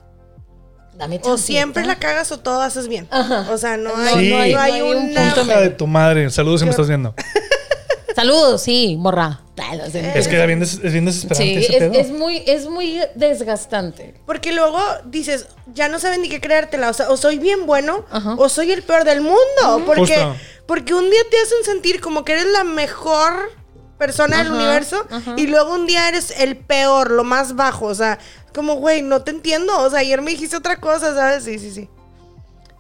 S3: dame
S2: O
S3: chancita.
S2: siempre la cagas o todo haces bien. O sea, no
S3: No,
S2: hay,
S1: Sí.
S2: no hay,
S3: no hay un
S2: una-
S3: punto
S1: Hija de tu madre. Saludos si me estás viendo.
S3: Saludos, sí, morra. Ah, no sé.
S1: Es que era bien des- es bien desesperante
S3: Sí,
S1: ese
S3: es,
S1: pedo.
S3: es muy, es muy desgastante.
S2: Porque luego dices, ya no saben ni qué creértela. O sea, o soy bien bueno o soy el peor del mundo. Porque,
S1: Justo.
S2: porque un día te hacen sentir como que eres la mejor persona del
S3: Ajá,
S2: universo
S3: ajá.
S2: y luego un día eres el peor, lo más bajo. O sea, como, güey, no te entiendo. O sea, ayer me dijiste otra cosa, ¿sabes? Sí, sí, sí.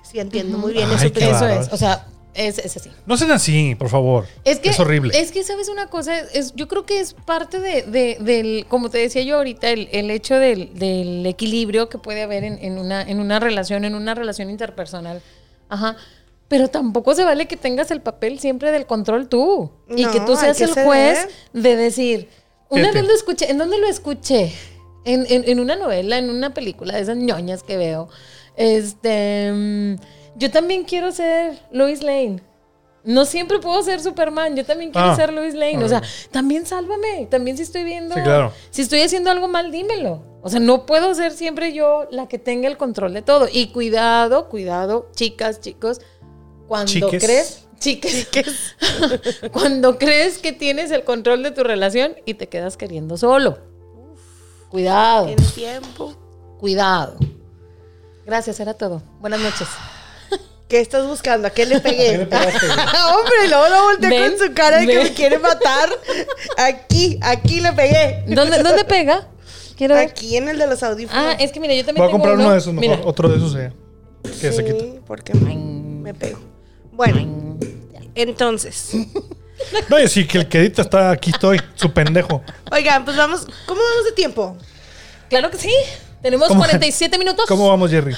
S2: Sí, entiendo muy bien
S1: Ay,
S2: eso.
S1: qué
S2: que-
S3: Eso
S1: bárbaro.
S3: es, o sea, es, es así.
S1: No sean así, por favor.
S3: Es que
S1: es horrible.
S3: Es que, ¿sabes una cosa? Es, yo creo que es parte de, de- del, como te decía yo ahorita, el, el hecho del, del equilibrio que puede haber en, en una, en una relación, en una relación interpersonal. Ajá. Pero tampoco se vale que tengas el papel siempre del control tú. y
S2: No,
S3: que tú
S2: hay
S3: seas
S2: que
S3: el
S2: ceder.
S3: juez de decir, una
S1: Fíjate.
S3: vez lo escuché, ¿en dónde lo escuché? En, en- en una novela, en una película de esas ñoñas que veo. Este, mm, yo también quiero ser Lois Lane. No siempre puedo ser Superman, yo también quiero
S1: Ah,
S3: ser Lois Lane. O sea,
S1: órale.
S3: también sálvame, también si estoy viendo,
S1: Sí, claro.
S3: si estoy haciendo algo mal, dímelo. O sea, no puedo ser siempre yo la que tenga el control de todo. Y cuidado, cuidado, chicas, chicos, cuando
S1: Chiques.
S3: crees, chiques, cuando crees que tienes el control de tu relación y te quedas queriendo solo. Cuidado.
S2: En tiempo.
S3: Cuidado. Gracias, era todo. Buenas noches.
S2: ¿Qué estás buscando? ¿A qué le pegué?
S3: Hombre,
S2: luego lo volteé
S3: Ven,
S2: con su cara de que
S3: ven.
S2: me quiere matar. Aquí, aquí le pegué.
S3: ¿Dónde, dónde pega? Quiero ver.
S2: Aquí en el de los audífonos.
S3: Ah, es que mira, yo también
S1: Voy a
S3: tengo
S1: comprar uno de esos mejor.
S3: Mira,
S1: Otro de esos, eh, que se quita.
S2: Sí, porque me, me pego. Bueno, entonces,
S1: No, y sí, que el que edita está aquí, estoy, su pendejo.
S2: oigan, pues vamos, ¿cómo vamos de tiempo?
S3: Claro que sí. Tenemos
S1: ¿Cómo?
S3: 47 minutos.
S1: ¿Cómo vamos, Jerry?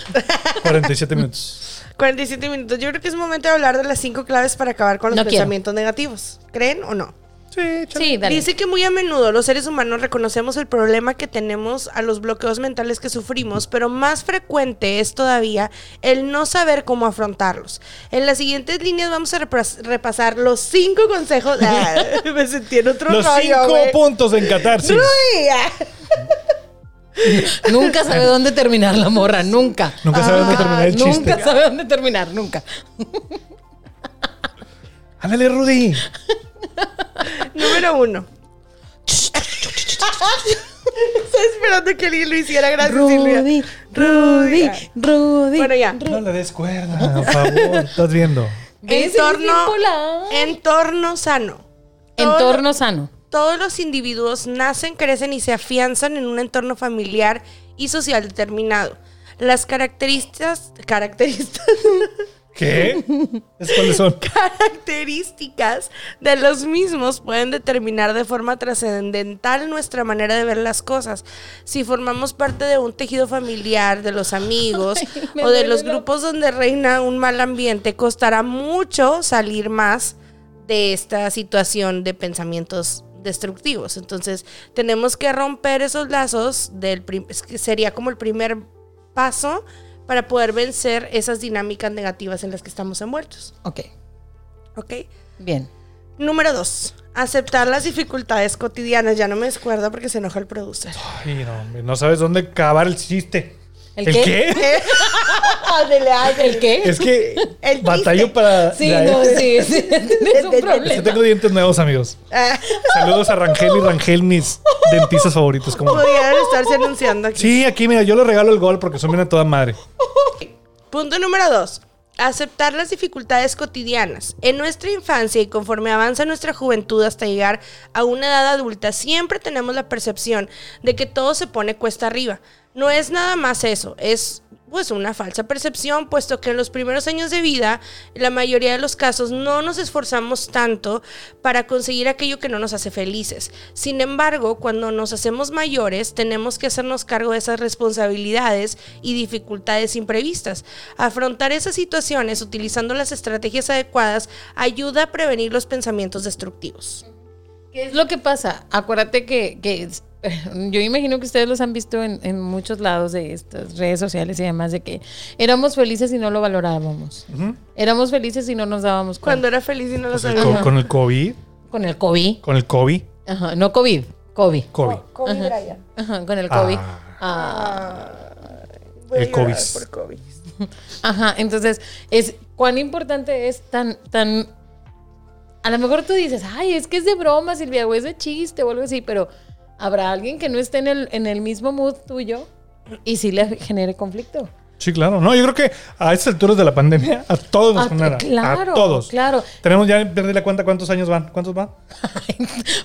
S1: 47 minutos.
S2: 47 minutos. Yo creo que es momento de hablar de las cinco claves para acabar con los
S3: No quiero.
S2: pensamientos negativos. ¿Creen o no?
S1: Sí,
S3: sí dale.
S2: Dice que muy a menudo los seres humanos reconocemos el problema que tenemos a los bloqueos mentales que sufrimos, pero más frecuente es todavía el no saber cómo afrontarlos. En las siguientes líneas vamos a repras- repasar los cinco consejos. Ah, me sentí en otro
S1: Los
S2: rollo,
S1: cinco
S2: güey.
S1: puntos en catarsis.
S2: Uy, ah.
S3: Nunca sabe dónde terminar la morra, nunca.
S1: Nunca sabe dónde terminar el chiste.
S3: Ah, Nunca sabe dónde terminar, nunca.
S1: Ándale, Rudy.
S2: Número uno. Estoy esperando que alguien lo hiciera. Gracias, Silvia.
S3: Rudy, Rudy.
S2: Bueno, ya.
S1: No le des cuerda, por favor. Estás viendo.
S3: ¿Ves? Eres bien
S2: Entorno,
S3: volada.
S2: entorno sano.
S3: Entorno sano.
S2: Todos los individuos nacen, crecen y se afianzan en un entorno familiar y social determinado. Las características, características,
S1: ¿Qué? ¿Es cuáles son?
S2: características de los mismos pueden determinar de forma trascendental nuestra manera de ver las cosas. Si formamos parte de un tejido familiar, de los amigos
S3: Ay, me
S2: o de
S3: duele
S2: los
S3: la-
S2: grupos donde reina un mal ambiente, costará mucho salir más de esta situación de pensamientos destructivos. Entonces, tenemos que romper esos lazos del prim- es que sería como el primer paso para poder vencer esas dinámicas negativas en las que estamos envueltos.
S3: Ok,
S2: ¿Ok?
S3: bien.
S2: Número dos, aceptar las dificultades cotidianas. Ya no me descuerdo porque se enoja el producer.
S1: Ay, no, hombre, no sabes dónde acabar el chiste.
S3: ¿El qué?
S2: Ándele, ándele.
S3: ¿El qué?
S1: Es que
S2: El
S1: batallo
S2: chiste.
S1: para.
S3: Sí,
S1: la-
S3: no, sí, sí. Tienes un
S1: Es que
S3: problema.
S1: tengo dientes nuevos, amigos.
S2: Ah,
S1: Saludos a Rangel y Rangel, mis dentistas favoritos. Como...
S2: Pudieran estarse anunciando aquí.
S1: Sí, aquí, mira, yo le regalo el gol porque son bien a toda madre.
S2: Punto número dos. Aceptar las dificultades cotidianas. En nuestra infancia y conforme avanza nuestra juventud hasta llegar a una edad adulta, siempre tenemos la percepción de que todo se pone cuesta arriba. No es nada más eso, es pues una falsa percepción, puesto que en los primeros años de vida, en la mayoría de los casos, no nos esforzamos tanto para conseguir aquello que no nos hace felices. Sin embargo, cuando nos hacemos mayores, tenemos que hacernos cargo de esas responsabilidades y dificultades imprevistas. Afrontar esas situaciones utilizando las estrategias adecuadas ayuda a prevenir los pensamientos destructivos.
S3: ¿Qué es lo que pasa? Acuérdate que, que es- yo imagino que ustedes los han visto en, en muchos lados de estas redes sociales y demás, de que éramos felices y no lo valorábamos. Éramos felices y no nos dábamos
S2: Cuando
S3: cuenta.
S2: era feliz y no lo sabía.
S1: Con, con Pues, el COVID,
S3: Con el COVID.
S1: con el COVID,
S3: Ajá, no COVID, COVID.
S1: COVID.
S3: Ajá, con el COVID.
S1: El COVID.
S3: Ajá, entonces es cuán importante es tan, tan. A lo mejor tú dices, ay, es que es de broma, Silvia, o es de chiste o algo así, pero habrá alguien que no esté en el, en el mismo mood tuyo y sí le genere conflicto.
S1: Sí, claro. No, yo creo que a estas alturas de la pandemia, a todos nos
S3: Ah,
S1: genera.
S3: claro,
S1: a todos.
S3: claro.
S1: Tenemos ya, perdí la cuenta, ¿cuántos años van? ¿Cuántos van?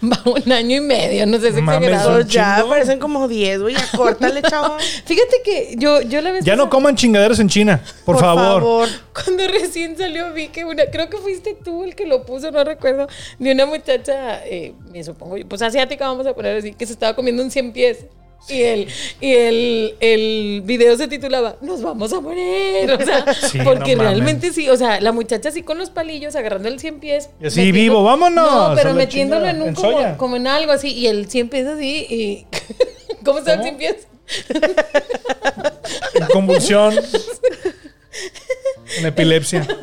S3: Va un año y medio, no sé si
S1: Mames,
S3: exagerado.
S1: son-
S2: Pues Ya
S1: Chingón.
S2: parecen como 10, güey. Ya córtale, chavo.
S3: Fíjate que yo, yo la vez
S1: Ya no
S3: pasada-
S1: coman chingaderos en China, por, favor.
S3: Cuando recién salió vi que una, creo que fuiste tú el que lo puso, no recuerdo, de una muchacha, eh, me supongo yo, pues asiática vamos a poner así, que se estaba comiendo un 100 pies. Y el, y el, el video se titulaba Nos vamos a morir. O sea,
S1: Sí,
S3: porque
S1: no mames.
S3: realmente sí, o sea, la muchacha así con los palillos agarrando el 100 pies.
S1: Y así, vivo, vámonos,
S3: No,
S1: a
S3: pero
S1: la
S3: metiéndolo
S1: chingada,
S3: en un
S1: en soya.
S3: como, como en algo así. Y el 100 pies así. Y, ¿Cómo está el
S1: ¿Cómo?
S3: 100 pies?
S1: En convulsión. en epilepsia.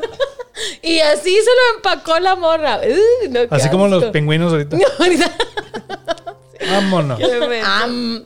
S3: Y así se lo empacó la morra. Uh, no, qué
S1: Así como los
S3: asco.
S1: pingüinos ahorita.
S3: No, ahorita.
S1: Vámonos.
S2: Qué bueno.
S3: Am,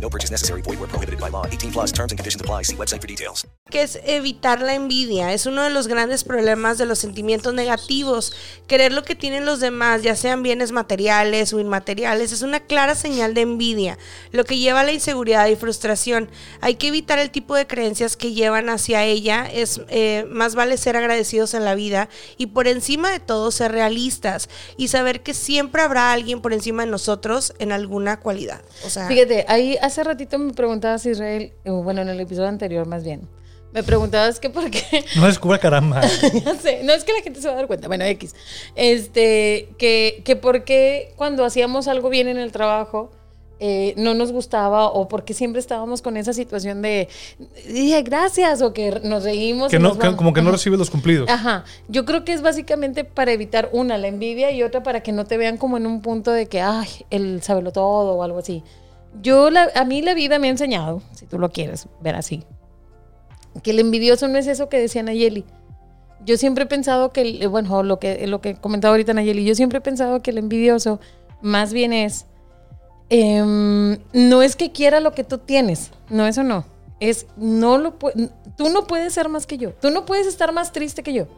S5: No purchase necessary. Void where prohibited by law. 18 plus terms and conditions apply. See website for details.
S2: que es evitar la envidia. Es uno de los grandes problemas de los sentimientos negativos. Querer lo que tienen los demás, ya sean bienes materiales o inmateriales, es una clara señal de envidia, lo que lleva a la inseguridad y frustración. Hay que evitar el tipo de creencias que llevan hacia ella. Es eh, más vale ser agradecidos en la vida y por encima de todo ser realistas y saber que siempre habrá alguien por encima de nosotros en alguna cualidad. O sea,
S3: Fíjate, ahí hace ratito me preguntabas, Israel, o bueno, en el episodio anterior más bien, me preguntabas que por qué,
S1: No descubra caramba.
S3: ya sé, no es que la gente se va a dar cuenta, bueno, X, este, que, que por qué cuando hacíamos algo bien en el trabajo eh, no nos gustaba o porque siempre estábamos con esa situación de, dije, gracias, o que nos reímos.
S1: Que
S3: y
S1: no,
S3: nos
S1: que-
S3: vamos.
S1: como que no
S3: Ajá.
S1: recibe los cumplidos.
S3: Ajá, yo creo que es básicamente para evitar una, la envidia y otra para que no te vean como en un punto de que, ay, el sabelo todo o algo así. Yo, la- a mí la vida me ha enseñado, si tú lo quieres ver así, que el envidioso no es eso que decía Nayeli. Yo siempre he pensado que, el- bueno, lo que, lo que comentaba ahorita Nayeli, yo siempre he pensado que el envidioso más bien es, em, no es que quiera lo que tú tienes, no, eso no. Es, no lo pu- tú no puedes ser más que yo, tú no puedes estar más triste que yo,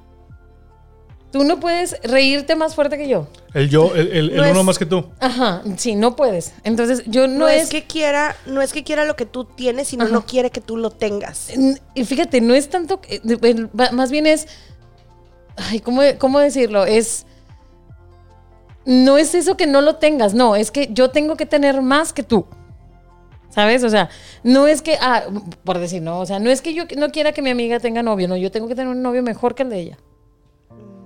S3: tú no puedes reírte más fuerte que yo.
S1: El yo, el, el- el
S3: No
S1: uno
S3: es-
S1: más que tú.
S3: Ajá, sí, no puedes. Entonces, yo no,
S2: no es que quiera, no es que quiera lo que tú tienes, sino no quiere que tú lo tengas.
S3: N- Y fíjate, no es tanto. que- de- el- va- Más bien es. Ay, ¿cómo, cómo decirlo? Es. No es eso que no lo tengas, no, es que yo tengo que tener más que tú. ¿Sabes? O sea, no es que. Ah, por decir, no, o sea, no es que yo no quiera que mi amiga tenga novio, no, yo tengo que tener un novio mejor que el de ella.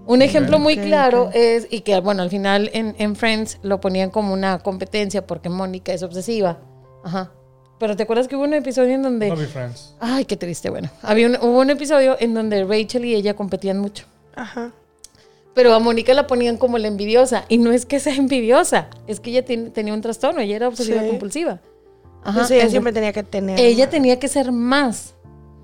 S3: Un ejemplo muy
S6: Ok,
S3: claro
S6: ok.
S3: es, y que bueno, al final en, en Friends lo ponían como una competencia porque Mónica es obsesiva. Ajá. Pero ¿te acuerdas que hubo un episodio en donde...
S1: No vi Friends.
S3: Ay, qué triste, bueno. Había un- hubo un episodio en donde Rachel y ella competían mucho.
S2: Ajá.
S3: Pero a Mónica la ponían como la envidiosa. Y no es que sea envidiosa, es que ella tiene- tenía un trastorno, ella era obsesiva
S2: Sí.
S3: compulsiva.
S2: Entonces ella siempre tenía que tener.
S3: Ella tenía que ser más,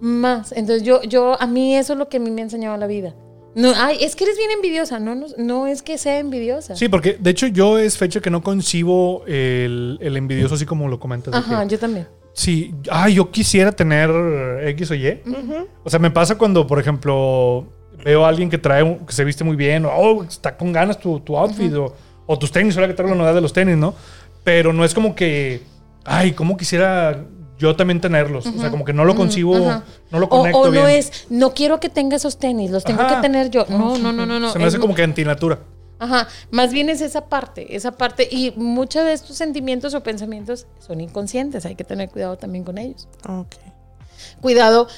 S3: más. Entonces yo, yo, a mí eso es lo que a mí me ha enseñado la vida. No, ay, es que eres bien envidiosa. No, no, no es que sea envidiosa.
S1: Sí, porque de hecho yo es fecha que no concibo el, el envidioso así como lo comentas. de
S3: Ajá,
S1: que,
S3: yo también.
S1: Sí, ah, yo quisiera tener X o Y. O sea, me pasa cuando, por ejemplo, veo a alguien que trae, un- que se viste muy bien, o "Oh, está con ganas tu, tu outfit, o, o tus tenis, ahora que traigo la novedad de los tenis, ¿no? Pero no es como que, ay, ¿cómo quisiera yo también tenerlos? O sea,
S3: Ujú.
S1: como que no lo
S3: Ujú,
S1: concibo,
S3: ajá.
S1: no lo
S3: O,
S1: conecto
S3: o
S1: bien.
S3: no es, no quiero que tenga esos tenis, los tengo
S1: Ajá.
S3: que tener yo. No, no, no, no. no.
S1: se me
S3: Es-
S1: hace como que antinatura.
S3: Ajá, más bien es esa parte, esa parte. Y muchos de estos sentimientos o pensamientos son inconscientes, hay que tener cuidado también con ellos. Cuidado,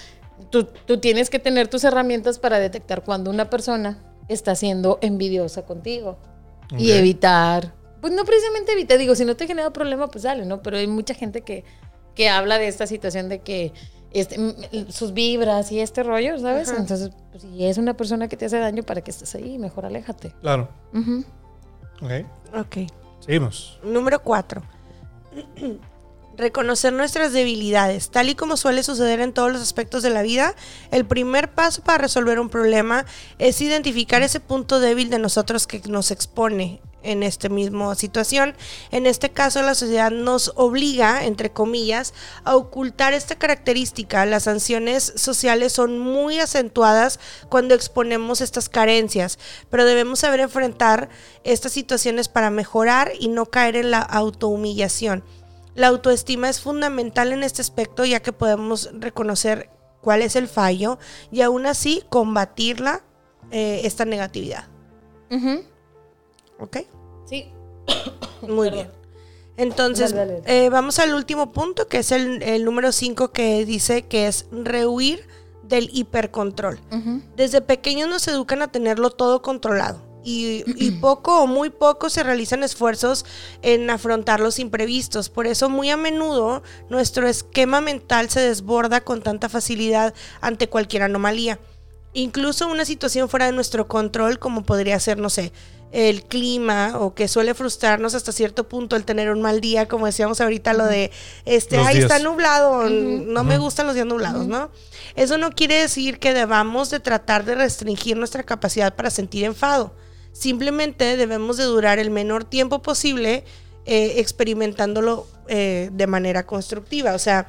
S3: tú, tú tienes que tener tus herramientas para detectar cuando una persona está siendo envidiosa contigo y
S6: Ok.
S3: evitar. Pues no precisamente evitar, digo, si no te genera problema, pues dale, ¿no? Pero hay mucha gente que, que habla de esta situación de que este, mm, sus vibras y este rollo, ¿sabes?
S6: Ajá.
S3: Entonces, pues, si es una persona que te hace daño, ¿para que estés ahí? Mejor aléjate.
S1: Claro.
S3: Ujú.
S1: Ok.
S2: Ok.
S1: Seguimos.
S2: Número 4. Reconocer nuestras debilidades. Tal y como suele suceder en todos los aspectos de la vida, el primer paso para resolver un problema es identificar ese punto débil de nosotros que nos expone en esta misma situación. En este caso, la sociedad nos obliga, entre comillas, a ocultar esta característica. Las sanciones sociales son muy acentuadas cuando exponemos estas carencias, pero debemos saber enfrentar estas situaciones para mejorar y no caer en la autohumillación. La autoestima es fundamental en este aspecto ya que podemos reconocer cuál es el fallo y aún así combatirla, eh, esta negatividad.
S3: Ujú.
S2: ¿Ok?
S3: Sí.
S2: Muy bien. Entonces,
S3: Dale, dale,
S2: eh, vamos al último punto, que es el, el número 5, que dice que es rehuir del hipercontrol. Desde pequeños nos educan a tenerlo todo controlado. Y, y poco o muy poco se realizan esfuerzos en afrontar los imprevistos. Por eso muy a menudo nuestro esquema mental se desborda con tanta facilidad ante cualquier anomalía. Incluso una situación fuera de nuestro control, como podría ser, no sé, el clima o que suele frustrarnos hasta cierto punto el tener un mal día, como decíamos ahorita lo de, este,
S6: Los
S2: ahí está
S6: días.
S2: nublado, no me
S6: Ujú.
S2: gustan los días nublados, ¿no? Eso no quiere decir que debamos de tratar de restringir nuestra capacidad para sentir enfado. Simplemente debemos de durar el menor tiempo posible eh, experimentándolo eh, de manera constructiva. O sea,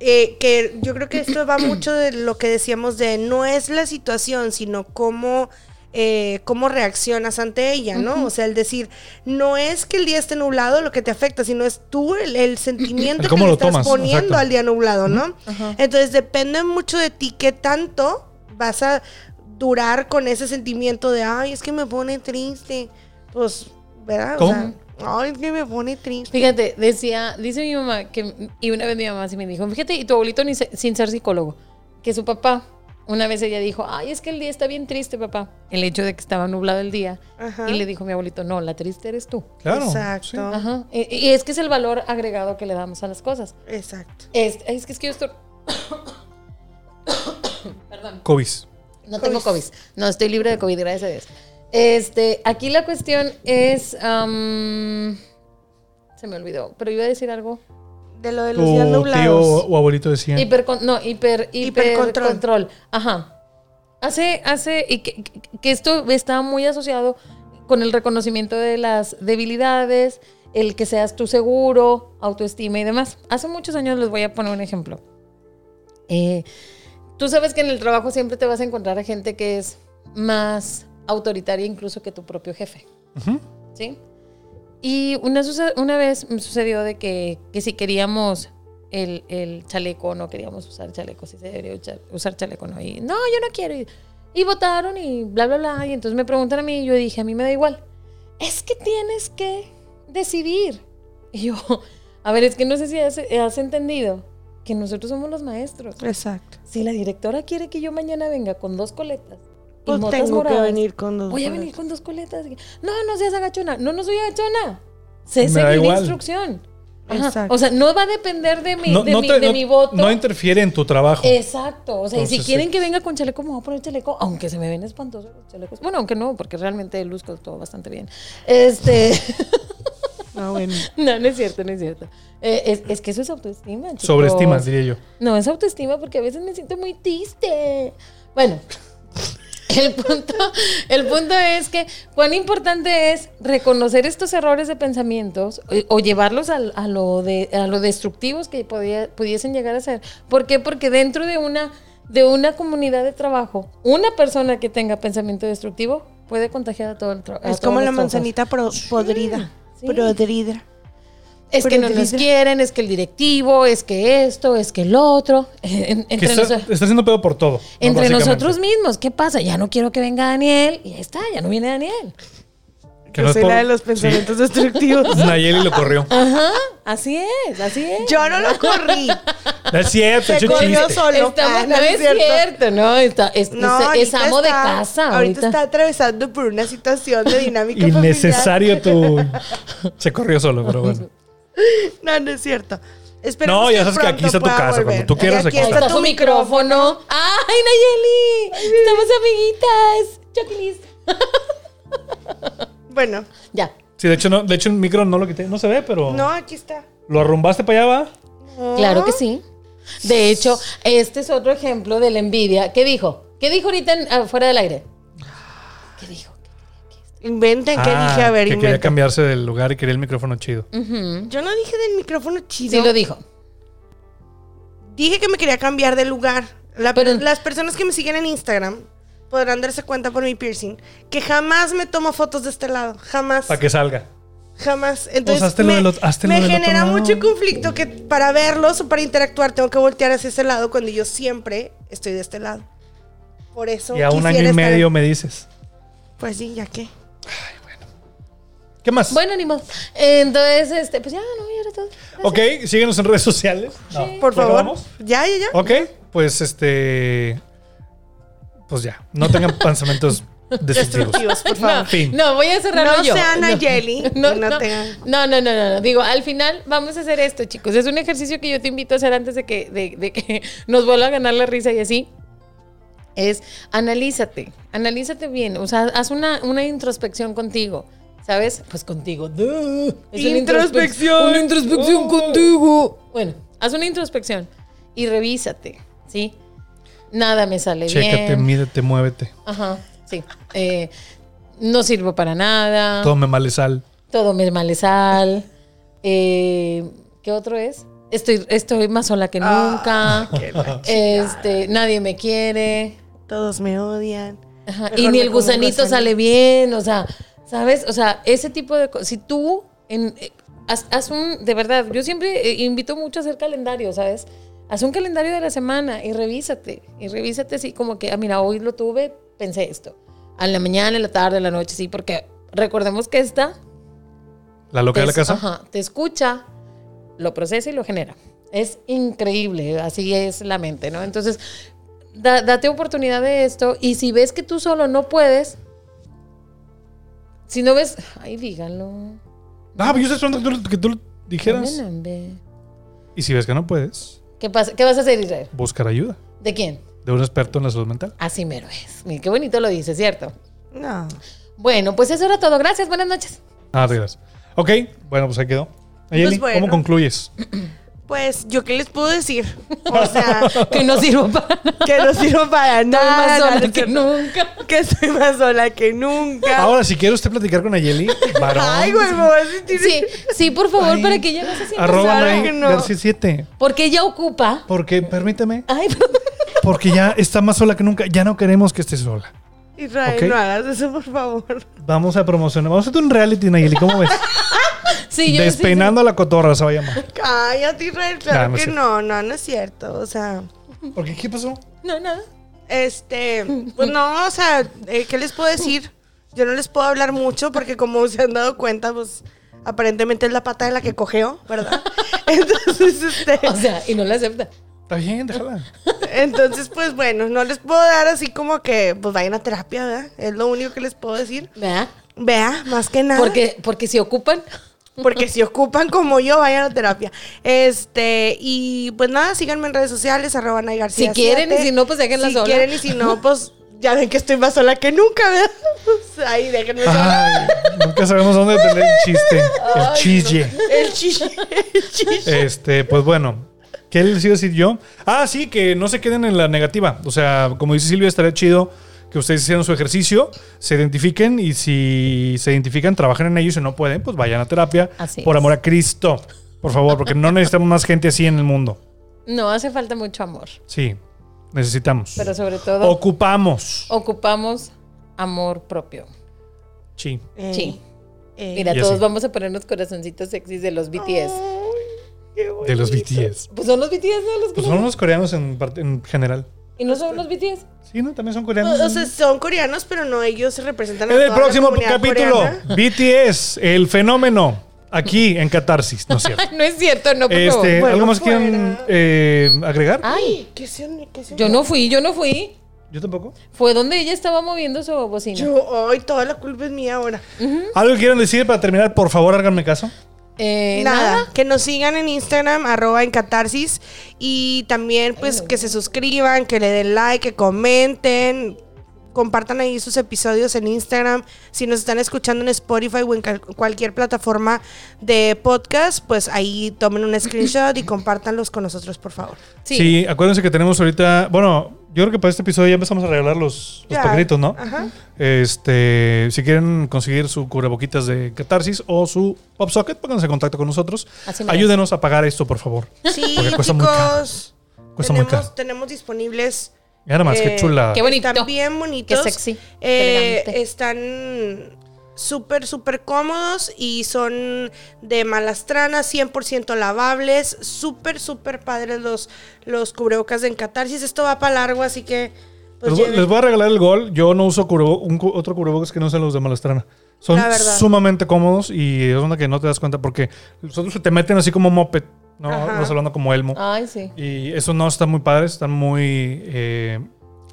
S2: eh, que yo creo que esto va mucho de lo que decíamos de no es la situación, sino cómo, eh, cómo reaccionas ante ella, ¿no?
S6: Ujú.
S2: O sea, el decir, no es que el día esté nublado lo que te afecta, sino es tú el, el sentimiento
S1: El
S2: que
S1: cómo
S2: le
S1: lo
S2: estás
S1: tomas,
S2: poniendo
S1: exacto.
S2: al día nublado, ¿no?
S3: Ajá.
S2: Entonces depende mucho de ti qué tanto vas a durar con ese sentimiento de, ay, es que me pone triste. Pues, ¿verdad? O
S3: ¿Cómo?
S2: sea, ay, es que me pone triste.
S3: Fíjate, decía, dice mi mamá que, y una vez mi mamá sí me dijo, fíjate, y tu abuelito ni se- sin ser psicólogo, que su papá, una vez ella dijo, ay, es que el día está bien triste, papá, el hecho de que estaba nublado el día,
S2: Ajá.
S3: y le dijo mi abuelito, no, la triste eres tú.
S2: Claro, Exacto. sí.
S3: Ajá. Y, y es que es el valor agregado que le damos a las cosas.
S2: Exacto.
S3: Es, es que es que yo estoy... Perdón.
S1: COVID.
S3: No tengo COVID. No, estoy libre de COVID, gracias a Dios. Este, aquí la cuestión es. am, se me olvidó, pero iba a decir algo.
S2: De lo de
S1: Tu tío o abuelito decía.
S3: Hipercon- no, hiper,
S2: Hipercontrol.
S3: hipercontrol. Ajá. Hace, hace, y que, que- que esto está muy asociado con el reconocimiento de las debilidades, el que seas tú seguro, autoestima y demás. Hace muchos años les voy a poner un ejemplo. Eh, tú sabes que en el trabajo siempre te vas a encontrar a gente que es más autoritaria incluso que tu propio jefe. ¿Sí? Y una, suce- una vez me sucedió de que, que si queríamos el, el chaleco o no queríamos usar chaleco, si se debería ucha- usar chaleco o no. Y no, yo no quiero. Y, y votaron y bla, bla, bla. Y entonces me preguntan a mí y yo dije, a mí me da igual. Es que tienes que decidir. Y yo, a ver, es que no sé si has, has entendido que nosotros somos los maestros.
S2: Exacto.
S3: Si la directora quiere que yo mañana venga con dos coletas. y
S2: Pues
S3: motas
S2: tengo que
S3: moradas,
S2: venir con dos.
S3: Voy a
S2: boletos.
S3: venir con dos coletas. No, no seas agachona. No, no soy agachona.
S1: Me
S3: Sé
S1: da
S3: seguir la
S1: igual.
S3: instrucción. Ajá.
S2: Exacto.
S3: O sea, no va a depender de mi,
S1: No,
S3: de
S1: no
S3: mi,
S1: te-
S3: de
S1: no-
S3: mi voto.
S1: no interfiere en tu trabajo.
S3: Exacto. O sea, y
S1: Entonces,
S3: si quieren
S1: sí.
S3: que venga con chaleco, me voy a poner chaleco, aunque se me ven espantosos los chalecos. Bueno, aunque no, porque realmente luzco todo bastante bien. Este.
S2: No, Ah, bueno.
S3: No, no es cierto, no es cierto. Eh, es, es que eso es autoestima. chicos.
S1: Sobreestimas, diría yo.
S3: No, es autoestima porque a veces me siento muy triste. Bueno, el punto, el punto es que cuán importante es reconocer estos errores de pensamientos eh, o, o llevarlos al- a, lo de, a lo destructivos que podía- pudiesen llegar a ser. ¿Por qué? Porque dentro de una, de una comunidad de trabajo, una persona que tenga pensamiento destructivo puede contagiar a todo el trabajo.
S2: Es como la manzanita pro- podrida. Podrida.
S3: Es que no nos
S2: podrida.
S3: quieren, es que el directivo, es que esto, es que el otro. En-
S1: Que
S3: entre
S1: está,
S3: nosotros.
S1: está haciendo pedo por todo. ¿no?
S3: Entre
S1: Básicamente.
S3: nosotros mismos, ¿qué pasa? Ya no quiero que venga Daniel. Y ya está, ya no viene Daniel.
S1: Que no es
S2: Soy
S1: por-
S2: la de los pensamientos destructivos.
S1: Nayeli lo corrió.
S3: Ajá, así es, así es.
S2: Yo no lo corrí.
S1: No es cierto,
S2: Se
S1: es un
S2: corrió
S1: chiste.
S2: solo.
S3: Estamos-
S2: Ah,
S3: no es cierto, no, está- es- es- es
S2: ahorita
S3: amo de casa,
S2: Ahorita.
S3: ahorita.
S2: está atravesando por una situación de dinámica familiar.
S1: Innecesario tu. Se corrió solo, pero bueno.
S2: No, no es cierto.
S1: No, ya sabes que aquí está tu casa, cuando tú quieras, aquí
S3: Ahí
S1: está.
S3: está tu micrófono. ¡Ay, Nayeli! Estamos amiguitas. Choclis.
S2: Bueno.
S3: Ya.
S1: Sí, de hecho, no, de hecho, el micro no lo quité. No se ve, pero.
S2: No, aquí está.
S1: ¿Lo arrumbaste para allá, va?
S3: Claro que sí. De hecho, este es otro ejemplo de la envidia. ¿Qué dijo? ¿Qué dijo ahorita en- afuera del aire?
S2: Oh, Inventen qué
S1: Ah,
S2: dije, a ver,
S1: Que quería
S2: inventen.
S1: cambiarse del lugar y quería el micrófono chido.
S3: Mm.
S2: Yo no dije del micrófono chido.
S3: Sí lo dijo.
S2: Dije que me quería cambiar de lugar. La- las personas que me siguen en Instagram podrán darse cuenta por mi piercing que jamás me tomo fotos de este lado. Jamás.
S1: Para que salga.
S2: Jamás. Entonces
S1: hazte lo
S2: me,
S1: del otro- hazte lo
S2: me
S1: del otro
S2: genera
S1: lado.
S2: mucho conflicto que para verlos o para interactuar tengo que voltear hacia ese lado cuando yo siempre estoy de este lado. Por eso.
S1: Y a un
S2: quisiera
S1: año y
S2: estar-
S1: medio me dices.
S2: Pues sí, ya qué.
S1: ¿Qué más?
S3: Bueno, ni modo. Entonces, este, pues ya, no, ya era todo.
S1: Ok, síguenos en redes sociales. No.
S2: Por
S1: ¿Ya
S2: favor.
S1: acabamos?
S2: Ya, ya, ya.
S1: Ok, pues este. Pues ya. No tengan pensamientos destructivos.
S2: Destructivos, por favor.
S3: No,
S1: Fin.
S3: no, voy a cerrarlo
S2: No
S3: yo.
S2: sean Nayeli,
S3: No,
S2: y
S3: no,
S2: no
S3: no,
S2: tengan-
S3: no, no, no, no. Digo, al final vamos a hacer esto, chicos. Es un ejercicio que yo te invito a hacer antes de que, de, de que nos vuelva a ganar la risa y así. Es analízate, analízate bien. O sea, haz una, una introspección contigo. ¿Sabes? Pues contigo. Duh. Es una
S2: Introspección.
S3: Una introspección
S2: Oh.
S3: contigo. Bueno, haz una introspección y revísate, ¿sí? Nada me sale
S1: Chécate,
S3: bien.
S1: mídete, muévete.
S3: Ajá, sí. Eh, no sirvo para nada.
S1: Todo me male sal.
S3: Todo me male sal. Eh, ¿Qué otro es? Estoy, estoy más sola que nunca. este, nadie me quiere.
S2: Todos me odian.
S3: Ajá,
S2: Mejor
S3: Y ni
S2: me
S3: el
S2: como un
S3: gusanito
S2: gusanito.
S3: sale bien. O sea, ¿sabes? O sea, ese tipo de cosas. Si tú en, eh, haz, haz un, de verdad, yo siempre eh, invito mucho a hacer calendario, ¿sabes? Haz un calendario de la semana y revísate. Y revísate así como que, ah, mira, hoy lo tuve, pensé esto. A la mañana, en la tarde, en la noche, sí, porque recordemos que esta
S1: La loca de la
S3: te-
S1: casa.
S3: ajá, te escucha, lo procesa y lo genera. Es increíble, así es la mente, ¿no? Entonces, da- date oportunidad de esto y si ves que tú solo no puedes, si no ves, ay, díganlo.
S1: Ah, pero yo estoy esperando que tú, que tú lo dijeras.
S3: Bueno, hombre.
S1: Y si ves que no puedes,
S3: ¿Qué, pasa? ¿Qué vas a hacer, Israel?
S1: buscar ayuda
S3: ¿De quién?
S1: de un experto en la salud mental.
S3: Así mero es. Mira, qué bonito lo dice, ¿cierto?
S2: No.
S3: Bueno, pues eso era todo. Gracias, buenas noches.
S1: Ah, reglas. Ok, bueno, pues ahí quedó. Ayeli,
S2: Pues
S1: ¿cómo
S2: bueno.
S1: concluyes?
S2: Pues, ¿yo qué les puedo decir? O sea,
S3: que no sirvo para
S2: Que no sirvo para nada.
S3: más sola
S2: no es
S3: que
S2: cierto. Que estoy más sola que nunca.
S1: Ahora, si quiere usted platicar con Ayeli, varón,
S2: Ay, güey, me voy a sentir.
S3: Sí, sí, por favor, para que ella no se sienta
S1: arroba
S3: sola.
S1: Nay García 7.
S3: Porque ella ocupa.
S1: Porque, permíteme,
S3: Ay, perdón.
S1: porque ya está más sola que nunca. Ya no queremos que esté sola.
S2: Israel,
S1: Ok.
S2: no hagas eso, por favor.
S1: Vamos a promocionar. Vamos a hacer un reality, Nayeli. ¿Cómo ves?
S3: Sí,
S1: Despeinando a la cotorra se va a llamar.
S2: Cállate, Israel.
S1: Nah,
S2: Claro
S1: no es
S2: que
S1: cierto.
S2: no, no, no es cierto. O sea.
S1: ¿Por qué? ¿Qué pasó?
S3: No, nada.
S2: Este, pues no, o sea, eh, ¿qué les puedo decir? Yo no les puedo hablar mucho porque como se han dado cuenta, pues aparentemente es la pata de la que cojeo, ¿verdad? Entonces, este,
S3: O sea, y no la acepta.
S1: Está bien, déjala.
S2: entonces pues bueno, no les puedo dar así como que pues vayan a terapia, ¿verdad? Es lo único que les puedo decir.
S3: Vea.
S2: Vea, más que nada.
S3: Porque, porque si ocupan.
S2: Porque si ocupan como yo, vayan a terapia. Este, y pues nada, síganme en redes sociales, arroba Nay García
S3: Si quieren y
S2: 7.
S3: si no, pues déjenla
S2: Si
S3: sola.
S2: quieren y si no, pues ya ven que estoy más sola que nunca, ¿verdad? Pues, ahí déjenme sola.
S1: Ay, nunca sabemos dónde tener el chiste. El
S2: Ay,
S1: chille.
S2: no. El chille. El chille.
S1: Este, pues bueno. ¿Qué les iba a decir yo? Ah, sí, que no se queden en la negativa. O sea, como dice Silvia, estaría chido que ustedes hicieran su ejercicio, se identifiquen y si se identifican, trabajen en ello y si no pueden, pues vayan a terapia.
S3: Así
S1: por
S3: es.
S1: amor a Cristo, por favor, porque no necesitamos más gente así en el mundo.
S3: No hace falta mucho amor.
S1: Sí, necesitamos.
S3: Pero sobre todo,
S1: Ocupamos.
S3: ocupamos amor propio.
S1: Sí.
S3: sí. Mira,
S1: Y
S3: todos
S1: así.
S3: vamos a ponernos corazoncitos sexys de los BTS.
S1: De los BTS.
S3: Pues son los BTS, ¿no? Los que
S1: Pues
S3: no-
S1: son los coreanos en, parte- en general.
S3: Y no son los BTS.
S1: Sí, no, también son coreanos.
S2: O, o sea, son coreanos, pero no ellos se representan a
S1: En el
S2: toda la
S1: próximo
S2: comunidad
S1: capítulo,
S2: coreana.
S1: BTS, el fenómeno, aquí en Catarsis, ¿no es cierto?
S3: No es cierto, no, por favor.
S1: Este, ¿Algo más quieren eh, agregar?
S2: Ah.
S3: Ay,
S2: ¿Qué se- qué se-
S3: yo no fui, yo no fui.
S1: Yo tampoco.
S3: Fue donde ella estaba moviendo su bocina.
S2: Yo, ay, toda la culpa es mía ahora.
S1: ¿Algo que quieran decir para terminar? Por favor, háganme caso.
S3: Eh,
S2: nada,
S3: nada.
S2: que nos sigan en Instagram, arroba en catarsis. Y también, pues, que se suscriban, que le den like, que comenten. Compartan ahí sus episodios en Instagram. Si nos están escuchando en Spotify o en cal- cualquier plataforma de podcast, pues ahí tomen un screenshot y compártanlos con nosotros, por favor.
S1: Sí. acuérdense que tenemos ahorita. Bueno, yo creo que para este episodio ya empezamos a regalar los, los
S2: Ya.
S1: paquetitos, ¿no?
S2: Ajá.
S1: Este, si quieren conseguir su cubreboquitas de Catarsis o su PopSocket, pónganse en contacto con nosotros.
S2: Así mero.
S1: Ayúdenos a pagar esto, por favor.
S2: Sí,
S1: Porque cuesta muy caro.
S2: chicos.
S1: Cuesta muy
S2: tenemos,
S1: caro.
S2: tenemos disponibles. Eh,
S1: Mira nomás, qué chulada. Qué
S3: bonito.
S2: Están bien bonitos.
S3: Qué sexy,
S2: Eh,
S3: elegante.
S2: están súper, súper cómodos y son de malastrana, 100% lavables, súper, súper padres los, los cubrebocas de Encatarsis. Esto va para largo, así que... pues,
S1: les, voy-
S2: lleven-
S1: les voy a regalar el gol. Yo no uso cubre- un cu- otro cubrebocas que no sean los de Malastrana. Son
S2: La verdad.
S1: sumamente cómodos y es una que no te das cuenta porque los otros se te meten así como moped, ¿no?
S3: Ajá.
S1: Los hablando como elmo.
S3: Ay, sí.
S1: Y eso no está muy padre, están muy eh,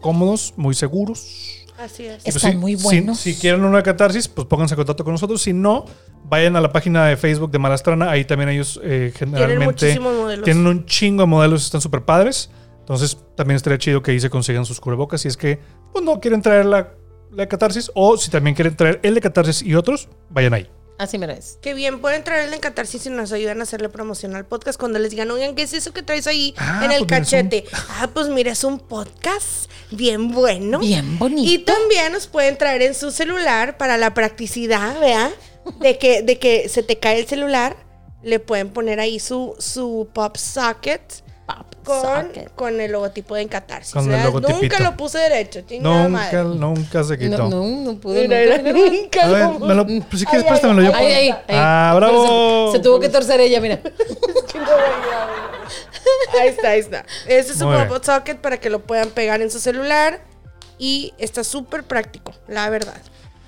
S1: cómodos, muy seguros.
S2: Así es.
S1: Y pues
S3: Están
S1: sí,
S3: muy
S1: sí,
S3: buenos.
S1: Si, quieren una catarsis, pues pónganse en contacto con nosotros. Si no, vayan a la página de Facebook de Malastrana. Ahí también ellos eh, generalmente
S2: muchísimos modelos.
S1: tienen un chingo de modelos, están súper padres. Entonces también estaría chido que ahí se consigan sus cubrebocas. Si es que pues, no quieren traer la, la catarsis o si también quieren traer el de catarsis y otros, vayan ahí.
S3: Así me es.
S2: Que bien, pueden traerle en Catarsis y nos ayudan a hacerle promoción al podcast cuando les digan, oigan, ¿qué es eso que traes ahí en el
S3: pues mira, es un-
S2: cachete? Ah, pues mira, es un podcast bien bueno.
S3: Bien bonito.
S2: Y también nos pueden traer en su celular para la practicidad, ¿vea? De que, de que se te cae el celular, le pueden poner ahí su, su pop socket. Con, con el logotipo de Encatarsis.
S1: Con el
S2: ¿verdad?
S1: logotipito.
S2: Nunca lo puse derecho, chingada
S1: Nunca,
S2: madre.
S1: nunca se quitó.
S3: no pude.
S2: Mira,
S3: nunca,
S2: mira,
S3: mira.
S2: nunca
S1: A ver, me lo- pues si quieres, préstamelo yo.
S3: Ahí, ahí, ahí.
S1: Ah,
S3: Pero
S1: bravo.
S3: Se, se tuvo que torcer ella, mira.
S2: Ahí está, ahí está. Ese es un
S1: Muy bien.
S2: robot socket para que lo puedan pegar en su celular. Y está súper práctico, la verdad.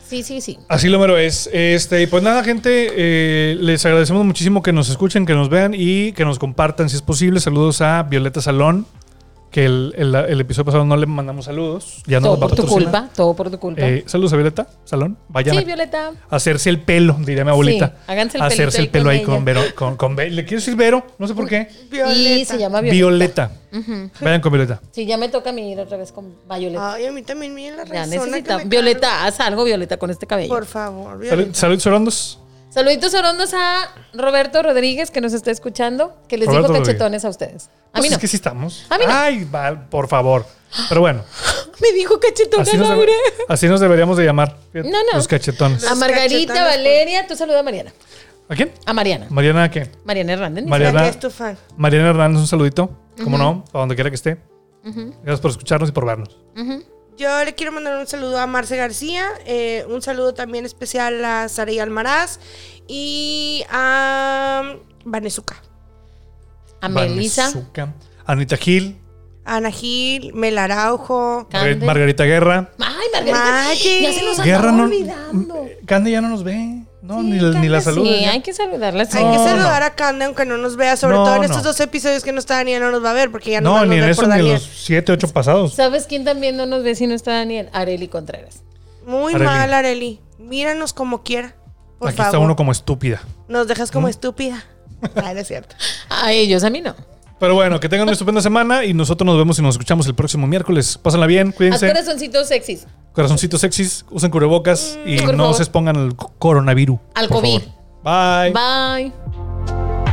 S3: Sí, sí, sí.
S1: Así lo mero es. Este, y pues nada, gente, eh, les agradecemos muchísimo que nos escuchen, que nos vean y que nos compartan si es posible. Saludos a Violeta Salón, que el, el- el episodio pasado no le mandamos saludos. Ya no
S3: todo
S1: nos va a
S3: por tu
S1: patrocinar.
S3: culpa, todo por tu culpa.
S1: Eh, saludos a Violeta Salón. Vayan
S3: sí,
S1: a
S3: Violeta.
S1: hacerse el pelo, diría mi abuelita.
S3: Sí, háganse el
S1: hacerse el
S3: pelito
S1: pelo
S3: ahí
S1: ahí
S3: con
S1: con, Vero. Con, con Ve- Le quiero decir Vero, no sé por qué.
S3: Y se llama
S1: Violeta.
S3: Violeta. Ujú.
S1: Vayan con Violeta.
S3: Sí, ya me toca a mí ir otra vez con Violeta.
S2: Ay, a mí también, miren la
S3: Ah. Ya
S2: razón.
S3: necesita. Violeta, haz algo, Violeta, con este cabello.
S2: Por favor,
S1: Salud, salud, Sorondos.
S3: Saluditos orondos a Roberto Rodríguez, que nos está escuchando, que les
S1: Roberto
S3: dijo
S1: Rodríguez.
S3: cachetones a ustedes. A mí
S1: Pues
S3: no.
S1: Es que sí estamos.
S3: A mí no.
S1: Ay, va, por favor. Pero bueno.
S3: Me dijo cachetones,
S1: Así nos, debe-
S3: Laura.
S1: así nos deberíamos de llamar. fíjate,
S3: No, no.
S1: Los cachetones.
S3: A Margarita,
S2: cachetones,
S3: Valeria, tú saluda a Mariana.
S1: ¿A quién?
S3: A Mariana.
S1: Mariana, ¿qué?
S3: Mariana Hernández.
S1: Mariana.
S3: ¿Será que
S2: tu fan.
S1: Mariana Hernández, un saludito. Como
S2: Ujú.
S1: no, a donde quiera que esté.
S2: Ujú.
S1: Gracias por escucharnos y por vernos.
S2: Yo le quiero mandar un saludo a Marce García, eh, un saludo también especial a Sarey Almaraz y a Vanesuca,
S3: A Melissa.
S1: Vanesuca, Anita Gil,
S2: Ana Gil, Mel Araujo,
S1: Margar- Margarita Guerra.
S3: Ay,
S2: Margarita.
S3: Ya se nos
S1: Guerra
S3: andaba
S1: no-
S3: olvidando.
S1: Candy ya no nos ve. No, ni, ni la saluda.
S3: Sí, hay que saludarla. sí.
S2: Hay que
S1: No,
S2: saludar a Cande aunque no nos vea, sobre
S1: No,
S2: todo en
S1: no.
S2: estos dos episodios que no está Daniel, no nos va a ver porque ya no
S1: no,
S2: nos
S1: ni en
S2: ve
S1: eso
S2: por
S1: ni en
S2: Daniel.
S1: los siete, ocho pasados.
S3: ¿Sabes quién también no nos ve si no está Daniel? Areli Contreras.
S2: Muy
S1: Areli.
S2: mal, Areli. Míranos como quiera. Por
S1: Aquí
S2: favor.
S1: está uno como estúpida.
S2: Nos dejas como
S1: ¿Mm?
S2: estúpida. Ah, no es cierto.
S3: A ellos, a mí no.
S1: Pero bueno, que tengan una estupenda semana y nosotros nos vemos y nos escuchamos el próximo miércoles. Pásenla bien,
S3: Haz
S1: cuídense.
S3: corazoncitos sexys.
S1: Corazoncitos sexys, usen cubrebocas y
S3: por
S1: no
S3: favor.
S1: se expongan al co- coronavirus.
S3: Mm. Al
S1: por
S3: COVID.
S1: favor. Bye.
S3: Bye.